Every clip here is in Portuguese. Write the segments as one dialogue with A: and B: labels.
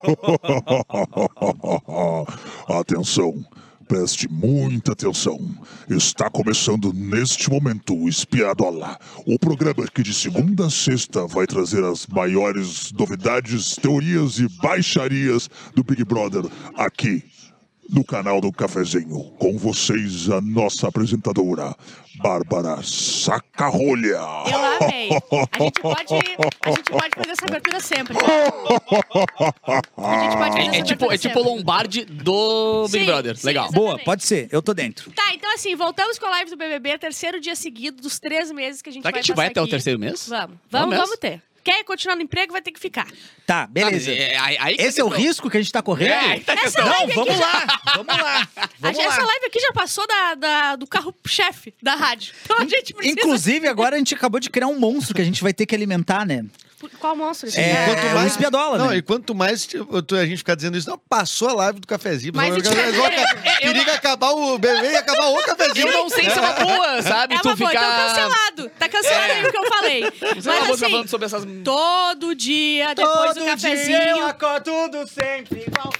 A: atenção, preste muita atenção. Está começando neste momento o Espiadola, o programa que de segunda a sexta vai trazer as maiores novidades, teorias e baixarias do Big Brother aqui. No canal do Cafezinho, com vocês a nossa apresentadora, Bárbara Sacarolha.
B: Eu amei. A gente pode, a gente pode fazer essa abertura sempre. A gente pode fazer essa
C: É, é tipo,
B: abertura
C: é tipo o
B: sempre.
C: Lombardi do Big
B: Sim,
C: Brother.
B: sim,
C: Legal.
B: exatamente.
D: Boa, pode ser, eu tô dentro.
B: Tá, então assim, voltamos com a live do BBB, terceiro dia seguido dos três meses que a gente
C: Será que
B: vai
C: a gente vai
B: passar
C: até o
B: aqui.
C: terceiro mês?
B: Vamos,
C: Vamos
B: vamos,
C: mesmo?
B: vamos ter. Quer continuar no emprego, vai ter que ficar.
D: Tá,
C: Tá,
D: beleza.
C: mas é- aí- aí que
D: Esse é o
C: tá a questão.
D: risco que a gente tá correndo?
C: É, aí que tá a questão.
D: Não,
B: live aqui
D: vamos
B: já-
D: lá, vamos lá,
B: A
D: vamos
B: gente- é essa
D: lá.
B: live aqui já passou da, da- do carro-chefe da rádio. Então a gente precisa...
D: Inclusive, agora a gente acabou de criar um monstro que a gente vai ter que alimentar, né?
B: Qual monstro?
D: É,
B: esse?
D: quanto mais- espiadola,
E: não,
D: né?
E: e quanto mais tipo, tu- a gente ficar dizendo isso, não, passou a live do cafezinho.
B: Mas
E: passou a
B: isso
E: live do
B: é-
E: cafezinho. Periga acabar o bebê e acabar o cafezinho.
C: Eu não sei se é uma boa, sabe?
B: É
C: tu
B: uma boa,
C: ficar.
B: então
C: é
B: cancelado. Tá cancelado aí o que eu falei.
C: Sei lá,
B: Mas
C: vou ficar
B: assim,
C: tá falando sobre essas.
B: todo dia, depois do cafezinho,
D: acordo tudo sempre igual.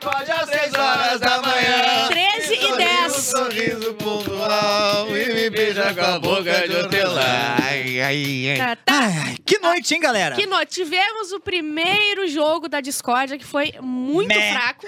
E: Pode às seis horas da manhã.
B: 13 e 10.
E: sorriso pontual e me beija com a boca de hortelã. Ai, ai, ai.
B: Tá, tá.
D: que noite, hein, galera?
B: Que nós tivemos o primeiro jogo da discórdia, que foi muito
D: Meh.
B: fraco.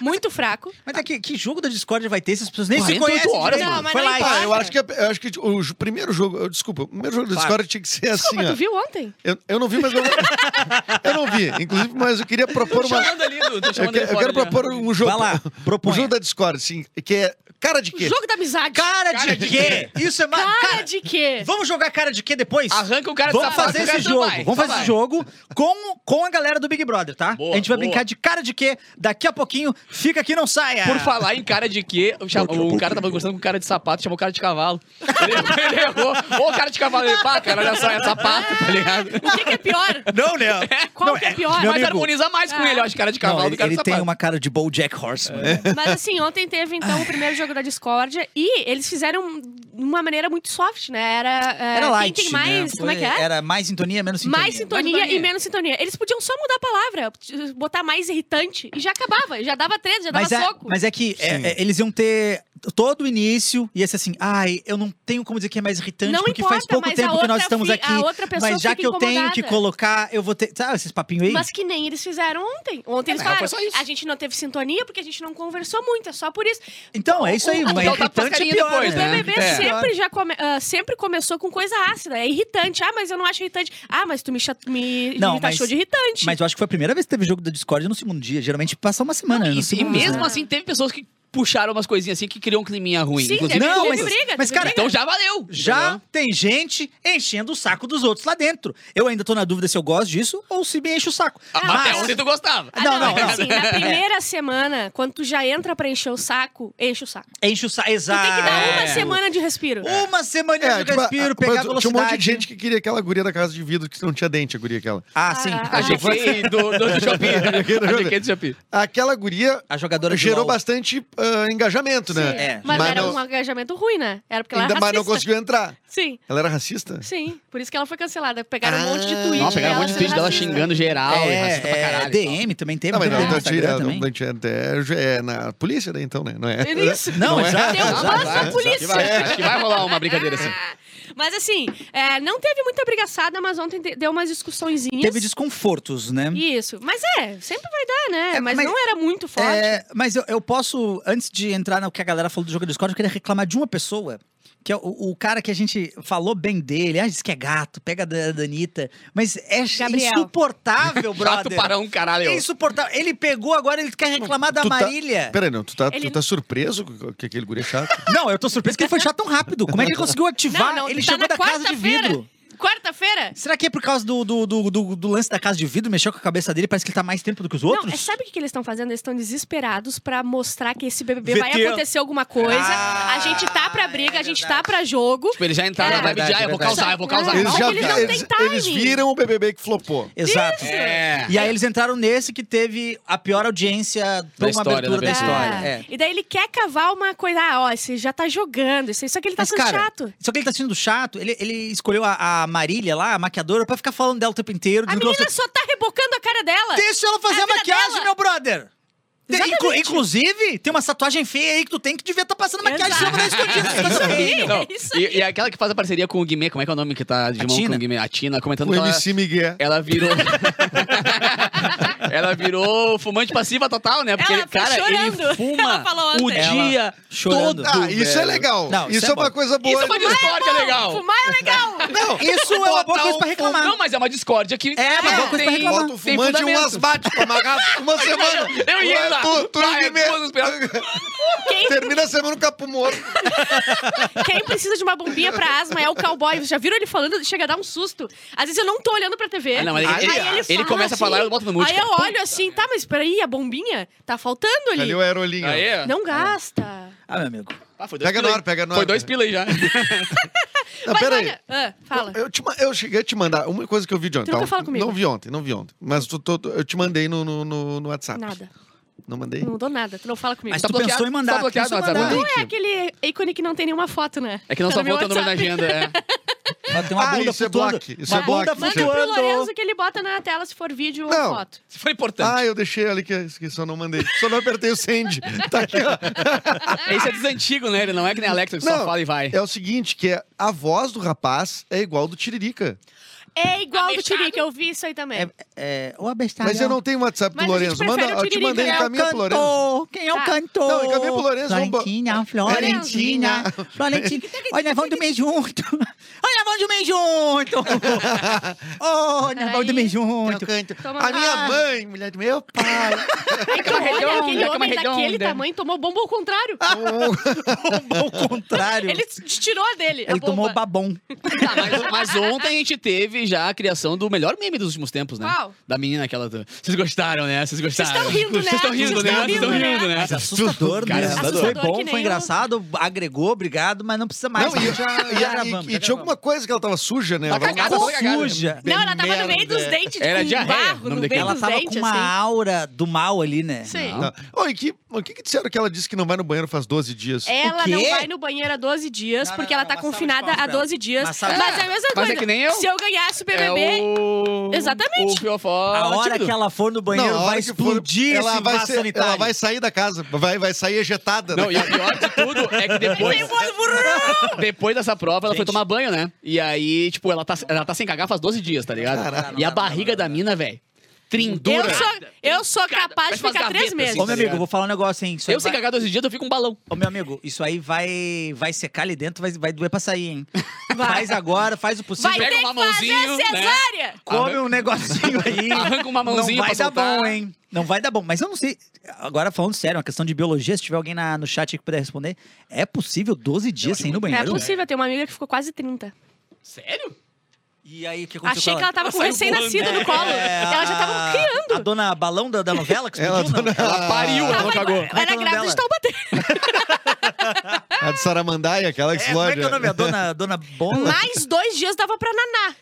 B: Muito fraco.
D: Mas é que, que jogo da Discord vai ter se as pessoas nem se
C: 48
D: conhecem?
C: horas,
D: direito?
B: mano.
D: Foi
B: Não,
D: lá.
B: mas não
E: Ah,
D: e-
E: eu acho que, eu acho que o j- primeiro jogo, eu- desculpa, o primeiro jogo da
D: Claro.
E: história tinha que ser assim,
B: Mas
E: ó.
B: tu viu ontem?
E: Eu, eu não vi, mas eu, eu não vi. Inclusive, mas eu queria propor uma.
C: Chamando ali, do- tô
E: Eu,
C: chamando
E: que-
C: ele
E: eu
C: fora né?
E: quero
C: ali, ó.
E: propor um jogo.
D: Vai lá,
E: um
D: proponha.
E: jogo da Discord, sim, que é cara de quê?
B: Jogo da amizade.
D: Cara de quê? Isso é ma...
B: Cara
D: cara-
B: de quê?
D: Vamos jogar cara de quê depois?
C: Arranca o cara de
D: Vamos
C: sapato,
D: fazer
C: o cara
D: esse
C: do
D: jogo.
C: pai.
D: Vamos
C: Só
D: fazer
C: vai. tá
D: esse jogo com, com a galera do Big Brother, tá?
C: Boa,
D: a gente vai
C: boa.
D: brincar de cara de quê daqui a pouquinho. Fica aqui, não saia.
C: Por falar em cara de quê, o, cha-
A: Daqui a
C: o
A: pouquinho.
C: cara tava conversando com cara de sapato, chamou o cara de cavalo. Ele, ele errou. Ou o cara de cavalo, ele, pá, cara, olha só, é sapato, tá ligado?
B: O que, que é pior?
D: Não, né?
B: Qual que é pior?
D: meu
C: Mas
D: amigo.
C: harmoniza mais com
B: Ah.
C: ele, eu acho, cara de cavalo
D: Não,
C: do
D: ele,
C: cara de
D: ele tem
C: sapato. É.
D: uma cara de BoJack Horseman.
B: Mas assim, ontem teve então o primeiro jogo da discórdia e eles fizeram de uma maneira muito soft, né? Era, é,
D: Era light,
B: Quem tem
D: né?
B: mais... Como é
D: Foi-
B: que é?
D: Era mais sintonia, menos sintonia.
B: Mais sintonia,
C: Mais sintonia.
B: e menos sintonia. Eles podiam só mudar a palavra, botar mais irritante e já acabava. Já dava treta, já dava
D: Mas é,
B: soco.
D: mas é que é,
E: Sim.
D: é, eles iam ter todo o início e ia ser assim, ai, eu não tenho como dizer que é mais irritante
B: Não
D: porque
B: importa,
D: faz pouco
B: mas a
D: tempo que nós
B: outra
D: estamos
B: fi-
D: aqui.
B: a outra pessoa
D: mas já
B: fica
D: que eu tenho que
B: incomodada.
D: colocar, eu vou ter, sabe esses papinhos aí?
B: Mas que nem eles fizeram ontem. Ontem eles
C: mas
B: falaram,
C: É, foi só isso.
B: a gente não teve sintonia porque a gente não conversou muito, é só por isso.
D: então, é isso aí,
B: o- o-
D: mas
B: o-
D: irritante é
C: passarinho
D: pior,
C: depois,
B: O
D: né?
B: BBB
C: É.
B: sempre, já come- ah, sempre começou com coisa ácida, é irritante. Ah, mas eu não acho irritante. Ah, mas tu me, cha- me,
D: Não,
B: me
D: mas-
B: taxou de irritante.
D: Mas eu acho que foi a primeira vez que teve jogo da Discord no segundo dia. Geralmente passa uma semana, né? No
C: E, e
D: segundo,
C: mesmo
D: né?
C: assim, teve pessoas que puxaram umas coisinhas assim que criam um climinha ruim.
B: Sim,
C: inclusive.
B: teve,
D: Não,
B: teve
D: mas-
B: briga,
D: mas,
B: teve
D: cara,
B: briga.
C: Então já valeu.
D: Já
C: entendeu?
D: tem gente enchendo o saco dos outros lá dentro. Eu ainda tô na dúvida se eu gosto disso ou se me enche o saco.
C: Ah,
B: mas-
C: Até onde tu gostava.
B: Ah,
D: não, não,
B: é que
D: não.
B: assim, na primeira semana, quando tu já entra pra encher o saco, enche o saco.
D: Enche o saco.
B: Tu
D: Exato.
B: tem que
C: Ah,
B: dar
C: é.
B: uma semana de respiro.
D: Uma semana
E: É,
D: de
E: tipo,
D: respiro,
E: a-
D: pegar
E: mas
D: velocidade.
E: Tinha um monte de gente que queria aquela guria da casa de vidro que não tinha dente, a guria aquela.
D: Ah, sim.
B: Ah,
C: A GK do, do, do Shopee. A GK é do Shopee.
E: Aquela guria
D: A jogadora de
E: gerou
D: LOL.
E: bastante ah, engajamento, né?
D: É.
B: Mas,
E: Mas
B: era
E: não-
B: um engajamento ruim, né? Era porque ela
E: Ainda
B: era
E: mais não
B: racista.
E: conseguiu entrar.
B: Sim.
E: Ela era racista?
B: Sim, por isso que ela foi cancelada. Pegaram um
E: Ah,
B: monte de tweet
C: Não, pegaram um
B: dela
C: monte de
B: sendo
C: tweet dela
B: racista.
C: xingando geral e
D: É,
C: racista pra
D: é,
C: caralho. então. e tal.
D: DM também teve.
E: então. Não, mas
D: teve
E: não, tá
D: no
E: não,
D: Instagram
E: tira,
D: também.
E: não, tira- é, é na polícia, né, então, né? Não é?
B: É Isso.
D: Não,
B: é.
D: exato,
B: Deu
D: exato,
B: basta
D: exato.
C: Acho
B: a
C: que vai-
B: polícia.
C: Acho que vai rolar uma brincadeira assim.
B: Mas assim, é, não teve muita brigaçada, mas ontem te- deu umas discussõezinhas.
D: Teve desconfortos, né?
B: Isso. Mas é, sempre vai dar, né?
D: É,
B: mas,
D: mas-
B: não era muito forte.
D: É, mas eu, eu posso, antes de entrar no que a galera falou do jogo do Discord, eu queria reclamar de uma pessoa. Que é o, o cara que a gente falou bem dele, ah, diz que é gato, pega da, da Anitta. Mas é
B: Gabriel.
D: insuportável,
C: Chato
D: brother.
C: para um caralho.
D: É insuportável. Ele pegou agora, ele quer reclamar da
E: Tu tá-
D: Marília.
E: Peraí, não, tu tá,
B: Ele-
E: tu tá surpreso com que aquele guria é chato?
D: Não, eu tô surpreso que ele foi chato tão rápido. Como é que ele conseguiu ativar? ele
B: tá
D: chegou
B: na
D: da casa de
B: quarta-feira.
D: vidro.
B: Quarta-feira?
D: Será que é por causa do, do, do, do- do lance da casa de vidro? Mexeu com a cabeça dele, parece que ele tá mais tempo do que os outros?
B: Não, é- sabe o que, que eles estão fazendo? Eles estão desesperados pra mostrar que esse BBB vai
D: VT.
B: acontecer alguma coisa.
D: Ah,
B: a gente tá pra briga,
D: é
B: a gente tá
D: verdade.
B: pra jogo.
C: Tipo, ele já entraram
B: É
C: na vibe de, ah,
D: verdade,
C: eu vou
D: é verdade.
C: causar, eu vou causar.
B: Não,
E: Eles,
B: já-
C: Calma.
B: ele não tem
E: eles, eles
B: timing.
E: viram o BBB que flopou.
D: Exato.
C: É.
D: E aí eles entraram nesse que teve a pior audiência pra uma
C: história,
D: abertura
C: da
D: da
C: história.
D: história.
B: Ah,
D: É.
B: E daí ele quer cavar uma coisa. Ah, ó, esse já tá jogando. Isso, isso aqui ele tá
D: Mas,
B: sendo
D: cara,
B: chato.
D: Só que ele tá sendo chato, ele, ele escolheu a, a Marília lá, a maquiadora, pra ficar falando dela o tempo inteiro.
B: A
D: dizendo que ela
B: menina só tá rebocando a cara dela.
D: Deixa ela fazer
B: É
D: a,
B: a vida
D: maquiagem,
B: dela.
D: meu brother! Tem-
B: Exatamente.
D: inclu- inclusive, tem uma tatuagem feia aí que tu tem que devia estar passando maquiagem
B: Exato.
D: pra dar escondido.
B: É isso aí.
C: Não,
B: É isso
C: e, e aquela que faz a parceria com o Guimê, como é que é o nome que tá de
D: A
C: mão com
D: Tina.
C: o Guimê? A Tina, comentando
E: O
C: que ela,
E: MC Miguel.
C: ela virou... ela virou fumante passiva total, né? Porque,
B: Ela
C: ele, cara,
B: foi
C: ele
B: chorando. Ela
C: fuma
B: falou
C: o
B: ontem.
C: dia
D: chorando.
C: todo.
E: Ah, isso é
C: velho.
E: legal.
D: Não,
E: isso,
D: isso
E: é
D: é
E: uma
D: bom.
E: coisa boa.
C: Isso é uma discórdia
B: Fumar é bom,
C: legal.
B: Fumar é legal.
E: Não,
D: Isso é uma boa
E: Botar
D: coisa pra
E: um
D: reclamar.
C: Não, mas é uma discórdia que...
D: É, mas é uma coisa pra reclamar.
E: Bota o fumante e um asmático pra amarrar uma semana.
C: Eu ia lá.
E: Tu, tu
C: Vai,
E: e me-
C: todos os-
B: Quem,
E: Termina a semana com capo morto.
B: quem precisa de uma bombinha pra asma é o cowboy. Vocês já viram ele falando? Chega a dar um susto. Às vezes eu não tô olhando pra TV.
C: Ah, não, mas ele-
B: aí
C: ele-
B: ele,
C: ele
B: fala
C: começa a falar,
B: assim,
C: eu boto no música.
B: Aí eu olho assim, tá, mas peraí, a bombinha tá faltando ali.
E: Ali o aerolinho.
C: Aê.
B: Não gasta.
D: Ah, meu amigo.
C: Ah, foi dois
E: Pega
C: pila
E: na
C: aí.
E: hora, pega na
C: Foi
E: hora.
C: dois pila aí já.
E: Não,
B: mas
E: pera aí.
B: olha, ah, fala.
E: Eu, te ma- eu cheguei a te mandar uma coisa que eu vi de ontem.
B: nunca
E: tá?
B: fala comigo.
E: Não vi ontem, não vi ontem. Mas tu- tu- tu- eu te mandei no, no, no- no WhatsApp.
B: Nada.
E: Não mandei?
B: Não dou nada. Tu não fala comigo.
D: Mas
C: Tá
D: tu
C: bloqueado,
D: pensou em mandar.
C: tá bloqueado
D: pensou em
C: no WhatsApp,
D: mandar.
C: né?
B: Não é aquele ícone que não tem nenhuma foto, né?
C: É que não
B: Tá
C: só
B: no meu
C: volta o número da
B: WhatsApp.
C: agenda. é.
D: Mas tem uma
E: Ah,
D: bunda
E: isso é
D: flutuando.
E: block, isso
D: uma
E: é block,
D: bunda
E: isso é
B: Manda pro
D: flutuando.
B: Lorenzo que ele bota na tela se for vídeo
E: Não.
B: ou foto.
C: Isso foi importante.
E: Ah, eu deixei ali que, que só não mandei. Só não apertei o send. Tá aqui, ó.
C: Esse é dos antigos, né? Ele não é que nem a Alexa que
E: Ah. Não,
C: só fala e vai.
E: É o seguinte, que é, a voz do rapaz é igual do Tiririca.
B: É igual
C: Tá
B: do Tirica, eu vi isso aí também.
D: É, é, o abestalho.
E: Mas eu não tenho WhatsApp do
B: Mas a gente
E: Lourenço.
B: prefere
E: Manda,
B: o
E: eu te
B: Tiririca,
E: mandei,
D: Quem
B: né?
D: é o
E: encaminha pro Lourenço.
D: cantor? Quem é o
B: Tá.
D: cantor?
E: Não, encaminha pro Lourenço, vamos-
D: Florentina, É. Florentina, Florentina. Olha, nós vamos dormir junto. Olha, nós vamos dormir junto. Oh, nós vamos
B: Peraí.
D: dormir junto.
B: Toma-
E: Então A minha
B: Ah.
E: mãe, mulher do meu pai.
B: É que olha,
C: redonda,
B: aquele
C: cama
B: homem daquele
C: redonda.
B: tamanho tomou bomba ao contrário.
D: Ao contrário.
B: Ele t- tirou a dele.
D: Ele
B: a
D: tomou
B: bomba.
D: babão.
C: Tá, mas, mas ontem a gente teve já a criação do melhor meme dos últimos tempos, né?
B: Qual?
C: Da menina aquela. do- Vocês gostaram, né? Vocês
B: Vocês
C: gostaram.
B: estão rindo, né?
C: Vocês estão rindo,
B: Vocês
C: né?
B: tão
C: Vocês estão rindo, né?
D: Mas assustador,
C: Cara,
D: né?
C: assustador.
D: Foi
B: Assustador que
D: bom,
B: nem
D: foi
B: eu.
D: engraçado, agregou, obrigado, mas não precisa mais.
E: Não, e,
D: já,
E: e-
D: já
E: e-
D: gravamos,
E: e
D: já
E: tinha
D: gravamos.
E: alguma coisa que ela tava suja, né?
C: Tá
E: Ela-
C: cagada,
D: Ficou
C: tá cagada.
D: suja.
E: Bem
B: Não, ela tava no meio
E: merda.
B: dos dentes,
C: Era
B: com
C: diarreia, o
B: barro
C: nome
B: no
C: daquele.
B: meio
D: Ela
B: dos
D: tava com
B: dentes,
D: uma
B: assim.
D: aura do mal ali, né?
B: Sim.
C: Não.
E: Oi, Ah. e que, o que, que disseram que ela disse que não vai no banheiro faz 12 dias?
B: Ela
D: O quê?
B: não vai no banheiro há 12 dias,
D: Não,
B: porque
D: não, não,
B: ela tá
D: uma salva de
B: confinada
D: palmas
B: há
D: pra ela.
B: 12 dias.
D: Uma salva de
B: Mas é a mesma
C: Mas é
B: coisa.
C: que nem eu.
B: Se eu ganhasse o
C: É
B: BBB,
C: o...
B: Exatamente.
C: O fiofó.
D: A hora
C: tímido.
D: que ela for no
E: Não,
D: banheiro
E: a hora
D: vai
E: que for-
D: explodir
E: ela
D: esse
E: vai
D: vaso
E: ser-
D: sanitário.
E: Ela vai sair da casa, vai, vai sair ejetada.
C: Não,
E: né?
C: e a pior de tudo é que depois.
B: um
C: depois dessa prova, ela foi
D: Gente.
C: tomar banho, né? E aí, tipo, ela tá, ela tá sem cagar faz 12 dias, tá ligado?
E: Caralho.
C: E a barriga da mina, velho. Trindura.
B: eu sou, eu sou capaz de
C: Parece umas
B: ficar três
C: gavetas,
B: meses.
C: assim,
D: Ô,
C: tá
D: meu
C: ligado?
D: amigo, vou falar um negócio, hein? Isso aí
C: Eu sem
D: vai...
C: cagar 12 dias, eu fico um balão.
D: Ô, meu amigo, isso aí vai, vai secar ali dentro, vai, vai doer pra sair, hein? faz agora, faz o possível.
B: Vai
C: Pega
B: ter
C: um
B: que
C: mamãozinho,
B: fazer
C: né?
B: cesárea.
D: Come
C: Arranca-
D: um negocinho aí.
C: Arranca uma mãozinha
D: Não vai
C: pra
D: dar
C: soltar.
D: bom, hein? Não vai dar bom. Mas eu não sei. Agora, falando sério, uma questão de biologia, se tiver alguém na- no chat aí que puder responder, é possível 12 dias sem ir no
B: É
D: banheiro?
B: possível, tem uma amiga que ficou quase 30.
C: Sério?
D: E aí, o que aconteceu?
B: Achei
D: com
B: que ela tava
C: Ela
B: com
C: saiu
B: recém-nascido
C: voando.
B: no colo.
D: É,
B: Ela já
D: a-
B: tava criando.
D: A dona Balão da, da novela que explodiu,
E: Ela,
D: não?
E: dona-
C: Ela pariu, ela não cagou.
D: é que é
B: Era
D: o nome
B: grávida de
D: dela?
B: Taubaté.
E: A de Saramandaia, aquela que
D: É, como é que é o nome? A
E: explode. né?
D: dona, dona Bola?
B: Mais dois dias dava pra nanar.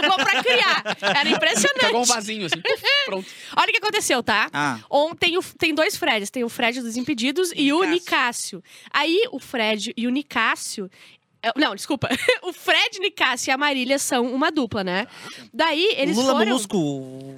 B: Dava pra criar. Era
C: Cagou um
B: impressionante.
C: vasinho, assim. puf, Pronto.
B: Olha o que aconteceu, tá?
D: Ah.
B: Ontem o- tem dois Freds. Tem o Fred dos Impedidos e o Nicásio. Aí o Fred e o Nicásio... eh, Não, desculpa. O Fred, Nicásio e a Marília são uma dupla, né? Daí eles
D: Lula
B: foram...
D: Molusco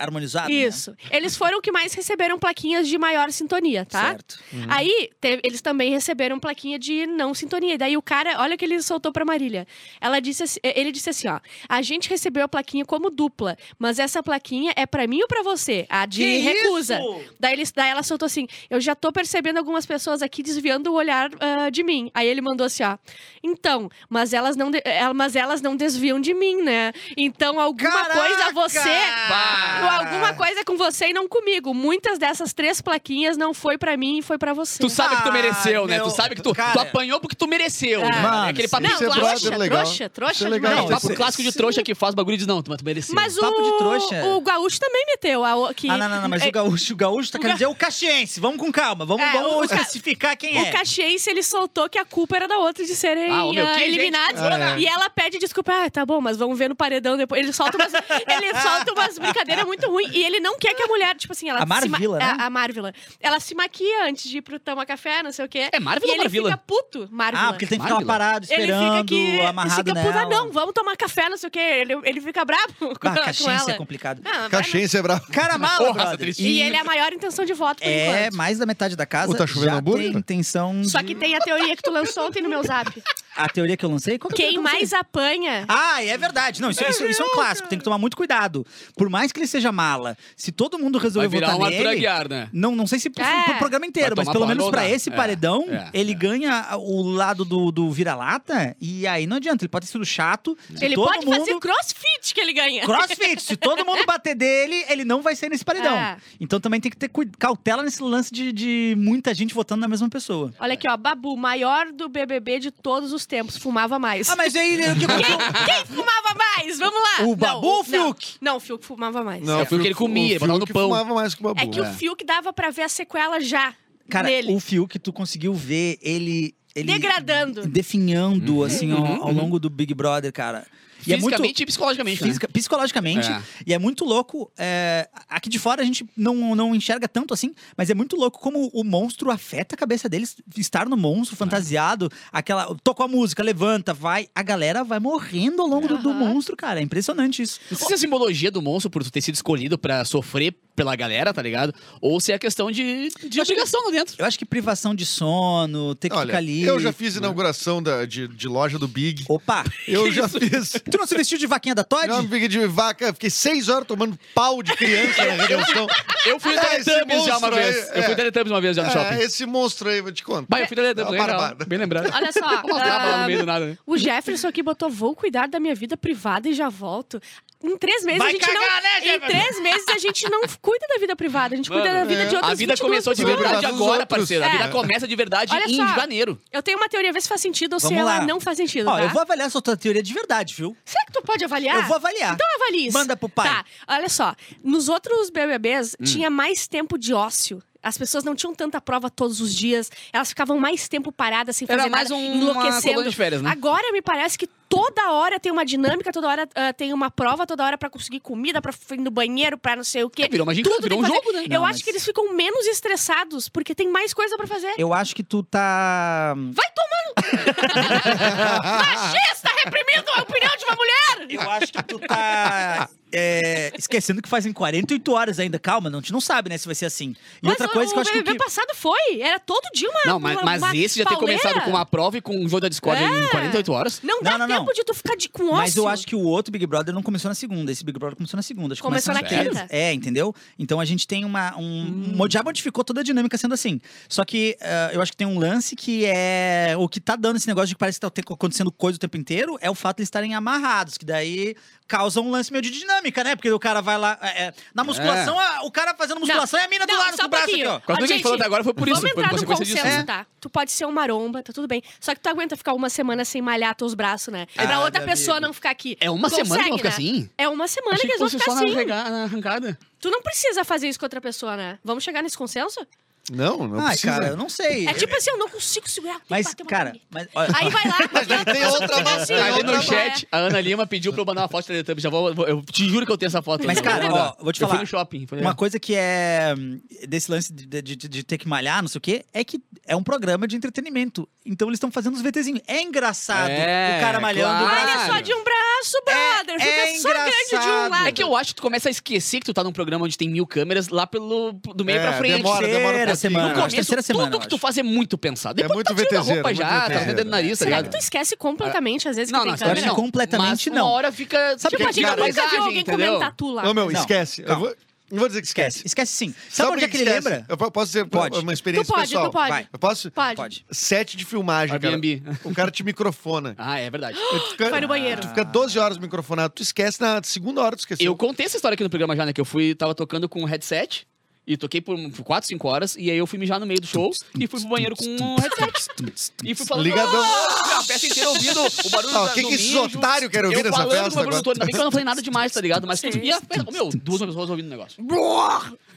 D: harmonizado. né?
B: Isso. Eles foram o que mais receberam plaquinhas de maior sintonia,
D: Né?
B: tá?
D: Certo.
B: Aí, te- eles também receberam um plaquinha de não sintonia. E daí o cara, olha o que ele soltou pra Marília. Ela disse assim- eh, ele disse assim, ó. A gente recebeu a plaquinha como dupla, mas essa plaquinha é pra mim ou pra você? A de
D: Que
B: recusa.
D: isso?
B: Daí, ele, daí ela soltou assim, eu já tô percebendo algumas pessoas aqui desviando o olhar ah, de mim. Aí ele mandou assim, ó. Então, mas elas não, de- eh, mas elas não desviam de mim, né? Então alguma coisa você...
C: Pá.
B: Alguma coisa é com você e não comigo. Muitas dessas três plaquinhas não foi pra mim e foi pra você.
C: Tu sabe que tu
D: Ah,
C: mereceu, né? Tu
D: meu,
C: sabe que tu, tu
D: cara.
C: apanhou porque tu mereceu.
B: Ah.
C: né?
D: Mano,
C: Aquele
D: isso
C: papo,
B: Não,
E: Isso é
B: trouxa,
E: brother legal.
B: trouxa,
E: Isso
B: trouxa
E: é legal.
B: demais.
C: papo
D: isso-
C: clássico de
D: isso-
C: trouxa que faz bagulho e diz, não, tu, mas tu mereceu.
B: Mas o,
D: Papo de trouxa.
B: o gaúcho também meteu. A, que,
D: Ah, não, não, não, mas
B: é,
D: o gaúcho, o gaúcho tá
B: o
D: querendo
B: ga-
D: dizer o caxiense. Vamos com calma, vamos,
B: É,
D: vamos
B: o ca-
D: especificar quem é.
B: o caxiense, ele soltou que a culpa era da outra de serem
C: Ah, ô, meu,
B: ah,
C: que
B: eliminados.
E: gente
D: é.
E: boa, né?
B: E ela pede desculpa. Ah, tá bom, mas vamos ver no paredão depois. Ele solta umas, ele solta umas brincadeiras muito muito ruim. E ele não quer que a mulher, tipo assim, ela.
D: A Marvila,
B: se ma-
D: né?
B: A, a Marvila. Ela se maquia antes de ir pro Toma Café, não sei o quê.
C: É Marvila
B: e
C: ou
B: ele
C: Marvila?
B: fica puto, Marvila.
D: Ah, porque tem que ficar lá
C: Maravilha.
D: parado,
B: Ele
D: esperando,
B: fica que.
D: amarrado
B: ele fica puta,
D: nela.
B: não, vamos tomar café, não sei o quê. Ele, ele fica bravo com,
D: Ah,
B: com
D: caixinha,
B: ela.
D: é complicado.
B: Ah, vai
E: Caxiense é bravo.
D: Cara mala,
C: Porra,
D: brother.
C: essa triste.
B: E ele é a maior intenção de voto por
D: É,
B: enquanto.
D: mais da metade da casa
E: Ô, tá chovendo
D: já
E: hambúrguer?
D: tem intenção
B: Só
D: de-
B: que tem a teoria que tu lançou ontem no meu zap.
D: A teoria que eu lancei? Qual que é a
B: Quem
D: teoria que eu
B: mais apanha.
D: Ah, é verdade. Não, isso, isso- isso é um clássico. Tem que tomar muito cuidado. Por mais que ele seja mala, se todo mundo
C: Vai
D: resolver
C: virar
D: votar
C: um Arthur
D: nele...
C: Aguiar, né?
D: Não, não sei se pro,
B: É.
D: pro programa inteiro,
C: Vai
D: mas
C: tomar
D: pelo
C: porrada
D: menos
C: ou
D: pra
C: não.
D: esse
C: É,
D: paredão,
C: é,
D: ele
C: é.
D: ganha o lado do, do vira-lata e aí não adianta. Ele pode ter sido chato. se
B: Ele
D: Ah, todo
B: pode
D: mundo...
B: fazer crossfit que ele ganha.
D: Crossfit, se todo mundo bater dele, ele não vai sair nesse paredão.
B: É.
D: Então também tem que ter cui- cautela nesse lance de, de muita gente votando na mesma pessoa.
B: Olha aqui, ó. Babu, maior do BBB de todos os tempos. Fumava mais.
D: Ah, mas aí o que
B: Quem,
D: aconteceu?
B: quem fumava mais? Vamos lá.
D: O
B: Não,
D: Babu ou o
B: não.
D: Fiuk?
B: Não, o Fiuk fumava mais.
C: É, foi o que ele comia, botava no
E: que
C: pão.
E: fumava mais que o Babu.
B: É que o Fiuk dava pra ver a sequela já
D: Cara,
B: nele.
D: o Fiuk, tu conseguiu ver ele. ele
B: Degradando.
D: Definhando, assim, ao,
C: uhum,
D: ao longo do Big Brother, cara. E é muito.
C: Fisicamente e psicologicamente. né?
D: Fisica- psicologicamente.
C: É.
D: E é muito louco. é, aqui de fora a gente não, não enxerga tanto assim, mas é muito louco como o monstro afeta a cabeça deles. Estar no monstro,
B: É.
D: fantasiado, aquela. Tocou a música, levanta, vai. A galera vai morrendo ao longo do, do
B: Aham.
D: monstro, cara. É impressionante isso.
C: Não sei se é a simbologia do monstro por tu ter sido escolhido pra sofrer pela galera, tá ligado? Ou se é a questão de, de obrigação lá dentro.
D: Eu acho que privação de sono, ter que
E: Olha,
D: ficar ali.
E: eu já fiz inauguração da, de, de loja do Big.
D: Opa!
E: Eu já fiz.
D: Tu não se vestiu de vaquinha da Todd?
E: Eu fiquei é um de vaca, fiquei seis horas tomando pau de criança na redenção.
C: Eu fui
E: Ah, esse
C: Teletubbies já uma
E: monstro aí,
C: vez.
E: é.
C: Eu fui Teletubbies uma vez já no
E: É,
C: shopping.
E: esse monstro aí, vou te contar.
C: Bah, eu fui Teletubbies,
E: É uma
C: bem legal,
E: barbada.
C: bem lembrado.
B: Olha só.
C: Vou mostrar a bola no meio
B: ah,
C: do nada, né?
B: o Jefferson aqui botou: vou cuidar da minha vida privada e já volto. Em três meses
C: Vai
B: a gente
C: cagar,
B: não.
C: né,
B: em
C: Jefferson?
B: três meses a gente não cuida da vida privada, a gente cuida
C: Mano,
B: da vida
E: é.
B: de outras
C: A vida
B: 22
C: começou de
B: pessoas.
C: verdade
E: Cuidado dos
C: agora,
E: outros.
C: parceiro. A
B: É.
C: vida começa de verdade
B: Olha
C: em
B: só.
C: janeiro.
B: Eu tenho uma teoria, vê se faz sentido ou se
D: Vamos
B: ela
D: lá.
B: não faz sentido.
D: Ó,
B: tá?
D: eu vou avaliar sua teoria de verdade, viu?
B: Será que tu pode avaliar?
D: Eu vou avaliar.
B: Então avalie isso.
D: Manda pro pai.
B: Tá, olha só. Nos outros BBBs,
C: Hum.
B: tinha mais tempo de ócio. As pessoas não tinham tanta prova todos os dias. Elas ficavam mais tempo paradas, sem
C: Era
B: fazer
C: mais
B: nada,
C: um- uma
B: enlouquecendo.
C: colônia de férias, né?
B: Agora me parece que toda hora tem uma dinâmica, toda hora ah, tem uma prova, toda hora pra conseguir comida, pra ir no banheiro, pra não sei o quê.
C: É, virou uma gincana,
B: Tudo
C: virou
B: tem
C: um
B: que fazer.
C: jogo, né?
B: Eu
D: Não,
B: acho
D: mas-
B: que eles ficam menos estressados, porque tem mais coisa pra fazer.
D: Eu acho que tu tá.
B: Vai tomando...
C: Ah.
B: Machista reprimindo a opinião de uma mulher!
D: Eu acho que tu tá é, esquecendo que fazem 48 horas ainda. Calma, não, a gente não sabe, né, se vai ser assim. E
B: Mas
D: outra
B: o-
D: coisa que eu
B: o
D: acho que, o
B: BBB
D: que-
B: passado foi. Era todo dia uma.
C: Não, mas,
B: uma-
C: mas
B: uma
C: esse já ter
B: pauleira. É.
C: começado com uma prova e com um jogo da Discord em 48 horas.
B: Não dá
D: Não, não,
B: tempo
D: não.
B: de tu ficar de, com ócio.
D: Mas eu acho que o outro Big Brother não começou na segunda. Esse Big Brother começou na segunda. Acho que
B: Começou
D: começa
B: na
D: terça.
B: quinta. Hum.
D: É, entendeu? Então a gente tem uma. Um, mo- Já modificou toda a dinâmica sendo assim. Só que ah, eu acho que tem um lance que é. O que tá dando esse negócio de que parece que tá te- acontecendo coisa o tempo inteiro é o fato de eles estarem amarrados, que daí causa um lance meio de dinâmica, né? Porque o cara vai lá. é, é, na musculação, a- o cara fazendo musculação é a mina do
B: Não,
D: lado
B: só
D: com o braço aqui,
B: pouquinho.
D: ó.
C: Quase
B: Ó,
C: tudo que a gente falou até agora foi por isso,
B: Ah, Vamos
C: foi
B: entrar
C: por
B: no
C: consequência
B: consenso,
C: disso. É.
B: tá? Tu pode ser um maromba, tá tudo bem. Só que tu aguenta ficar uma semana sem malhar teus braços, né? pra
D: Ah,
B: outra
D: meu
B: pessoa
D: amigo.
B: não ficar aqui.
C: É uma semana que
B: Consegue,
C: vão ficar
B: né?
C: assim?
B: É uma semana
C: Achei
B: que eles vão
C: fosse
B: ficar
C: só na
B: assim.
C: rega- na arrancada.
B: Tu não precisa fazer isso com outra pessoa, né? Vamos chegar nesse consenso?
E: Não, não
D: Ai,
E: precisa.
D: cara, eu não sei.
B: É tipo assim, eu não consigo segurar. tem que
D: Mas,
B: bater uma
D: cara,
B: punheta.
D: mas, olha,
B: Aí vai lá.
E: tem outra
B: Fica
E: mão,
B: assim,
E: tem
C: Tá Ali
E: outra
B: outra
C: no
E: mão.
C: chat, a Ana Lima pediu pra eu mandar uma foto de Teletubbies. Já vou, vou- eu te juro que eu tenho essa foto.
D: Mas,
C: Eu vou
D: cara,
C: mandar.
D: ó, vou te
C: Eu
D: falar.
C: fui no shopping. foi-
D: Uma coisa que é hum, desse lance de, de- de- de ter que malhar, não sei o quê, é que é um programa de entretenimento. Então eles estão fazendo os VTzinhos. É engraçado
C: É,
D: o cara malhando.
C: claro.
D: o
B: Olha
D: braço.
B: só de um braço, brother.
D: É-
B: Fica
D: é
B: só grande de um
D: engraçado.
B: lado.
C: É que eu acho que tu começa a esquecer que tu tá num programa onde tem mil câmeras lá pelo, do meio
E: É,
C: pra frente.
E: demora,
D: Terceira
E: demora um
D: semana.
E: pouquinho.
C: No
D: Acho
C: começo,
D: que terceira
C: tudo
D: semana, eu
C: que tu
D: acho.
C: faz é muito pensado. Depois
E: muito
C: tá tirando a
E: VTZero,
C: roupa
E: muito
C: já, tá
E: VTZero.
C: vendendo nariz, tá
B: Será que
C: ligado?
B: tu esquece completamente, às vezes,
C: Não,
B: que
C: não,
B: tem
C: isso eu acho
B: câmera?
C: que não.
D: Completamente
C: Mas
D: não.
C: uma hora fica...
D: Sabe
B: Tipo, a gente
E: Cara,
B: nunca viu
C: paisagem,
B: alguém
C: entendeu?
B: comentar tu lá.
E: Não, meu,
D: Não.
E: esquece. Eu
D: Não.
E: vou, não vou dizer que esquece.
D: Esquece, esquece sim. Sabe onde é que ele
E: esquece?
D: lembra?
E: Eu po- posso dizer
D: Pode.
E: uma experiência
B: Tu pode,
E: pessoal?
B: tu pode.
D: Vai.
E: Eu posso?
B: Pode.
D: Pode.
E: Sete de filmagem,
C: Airbnb.
E: cara. O cara te microfona.
C: Ah, é verdade.
E: Tu fica-
B: Vai no banheiro.
E: Tu fica 12 horas microfonado. Tu esquece na segunda hora, tu esqueceu.
C: Eu contei essa história aqui no programa já, né? Que eu fui, tava tocando com um headset. E toquei por 4, 5 horas. E aí eu fui mijar no meio do show. E fui pro banheiro com um headset. E fui falando...
E: Ligadão.
C: "Ah!" A peça inteira ouvindo o barulho
E: Ah,
C: da,
E: o que
C: do
E: que esses
C: mijo.
E: otários querem ouvir
C: eu
E: nessa
C: falando
E: festa
C: com o meu
E: agora?
C: produtor. Ainda bem que eu não falei nada demais, tá ligado? Mas tudo... E a festa... Meu, duas pessoas ouvindo o negócio.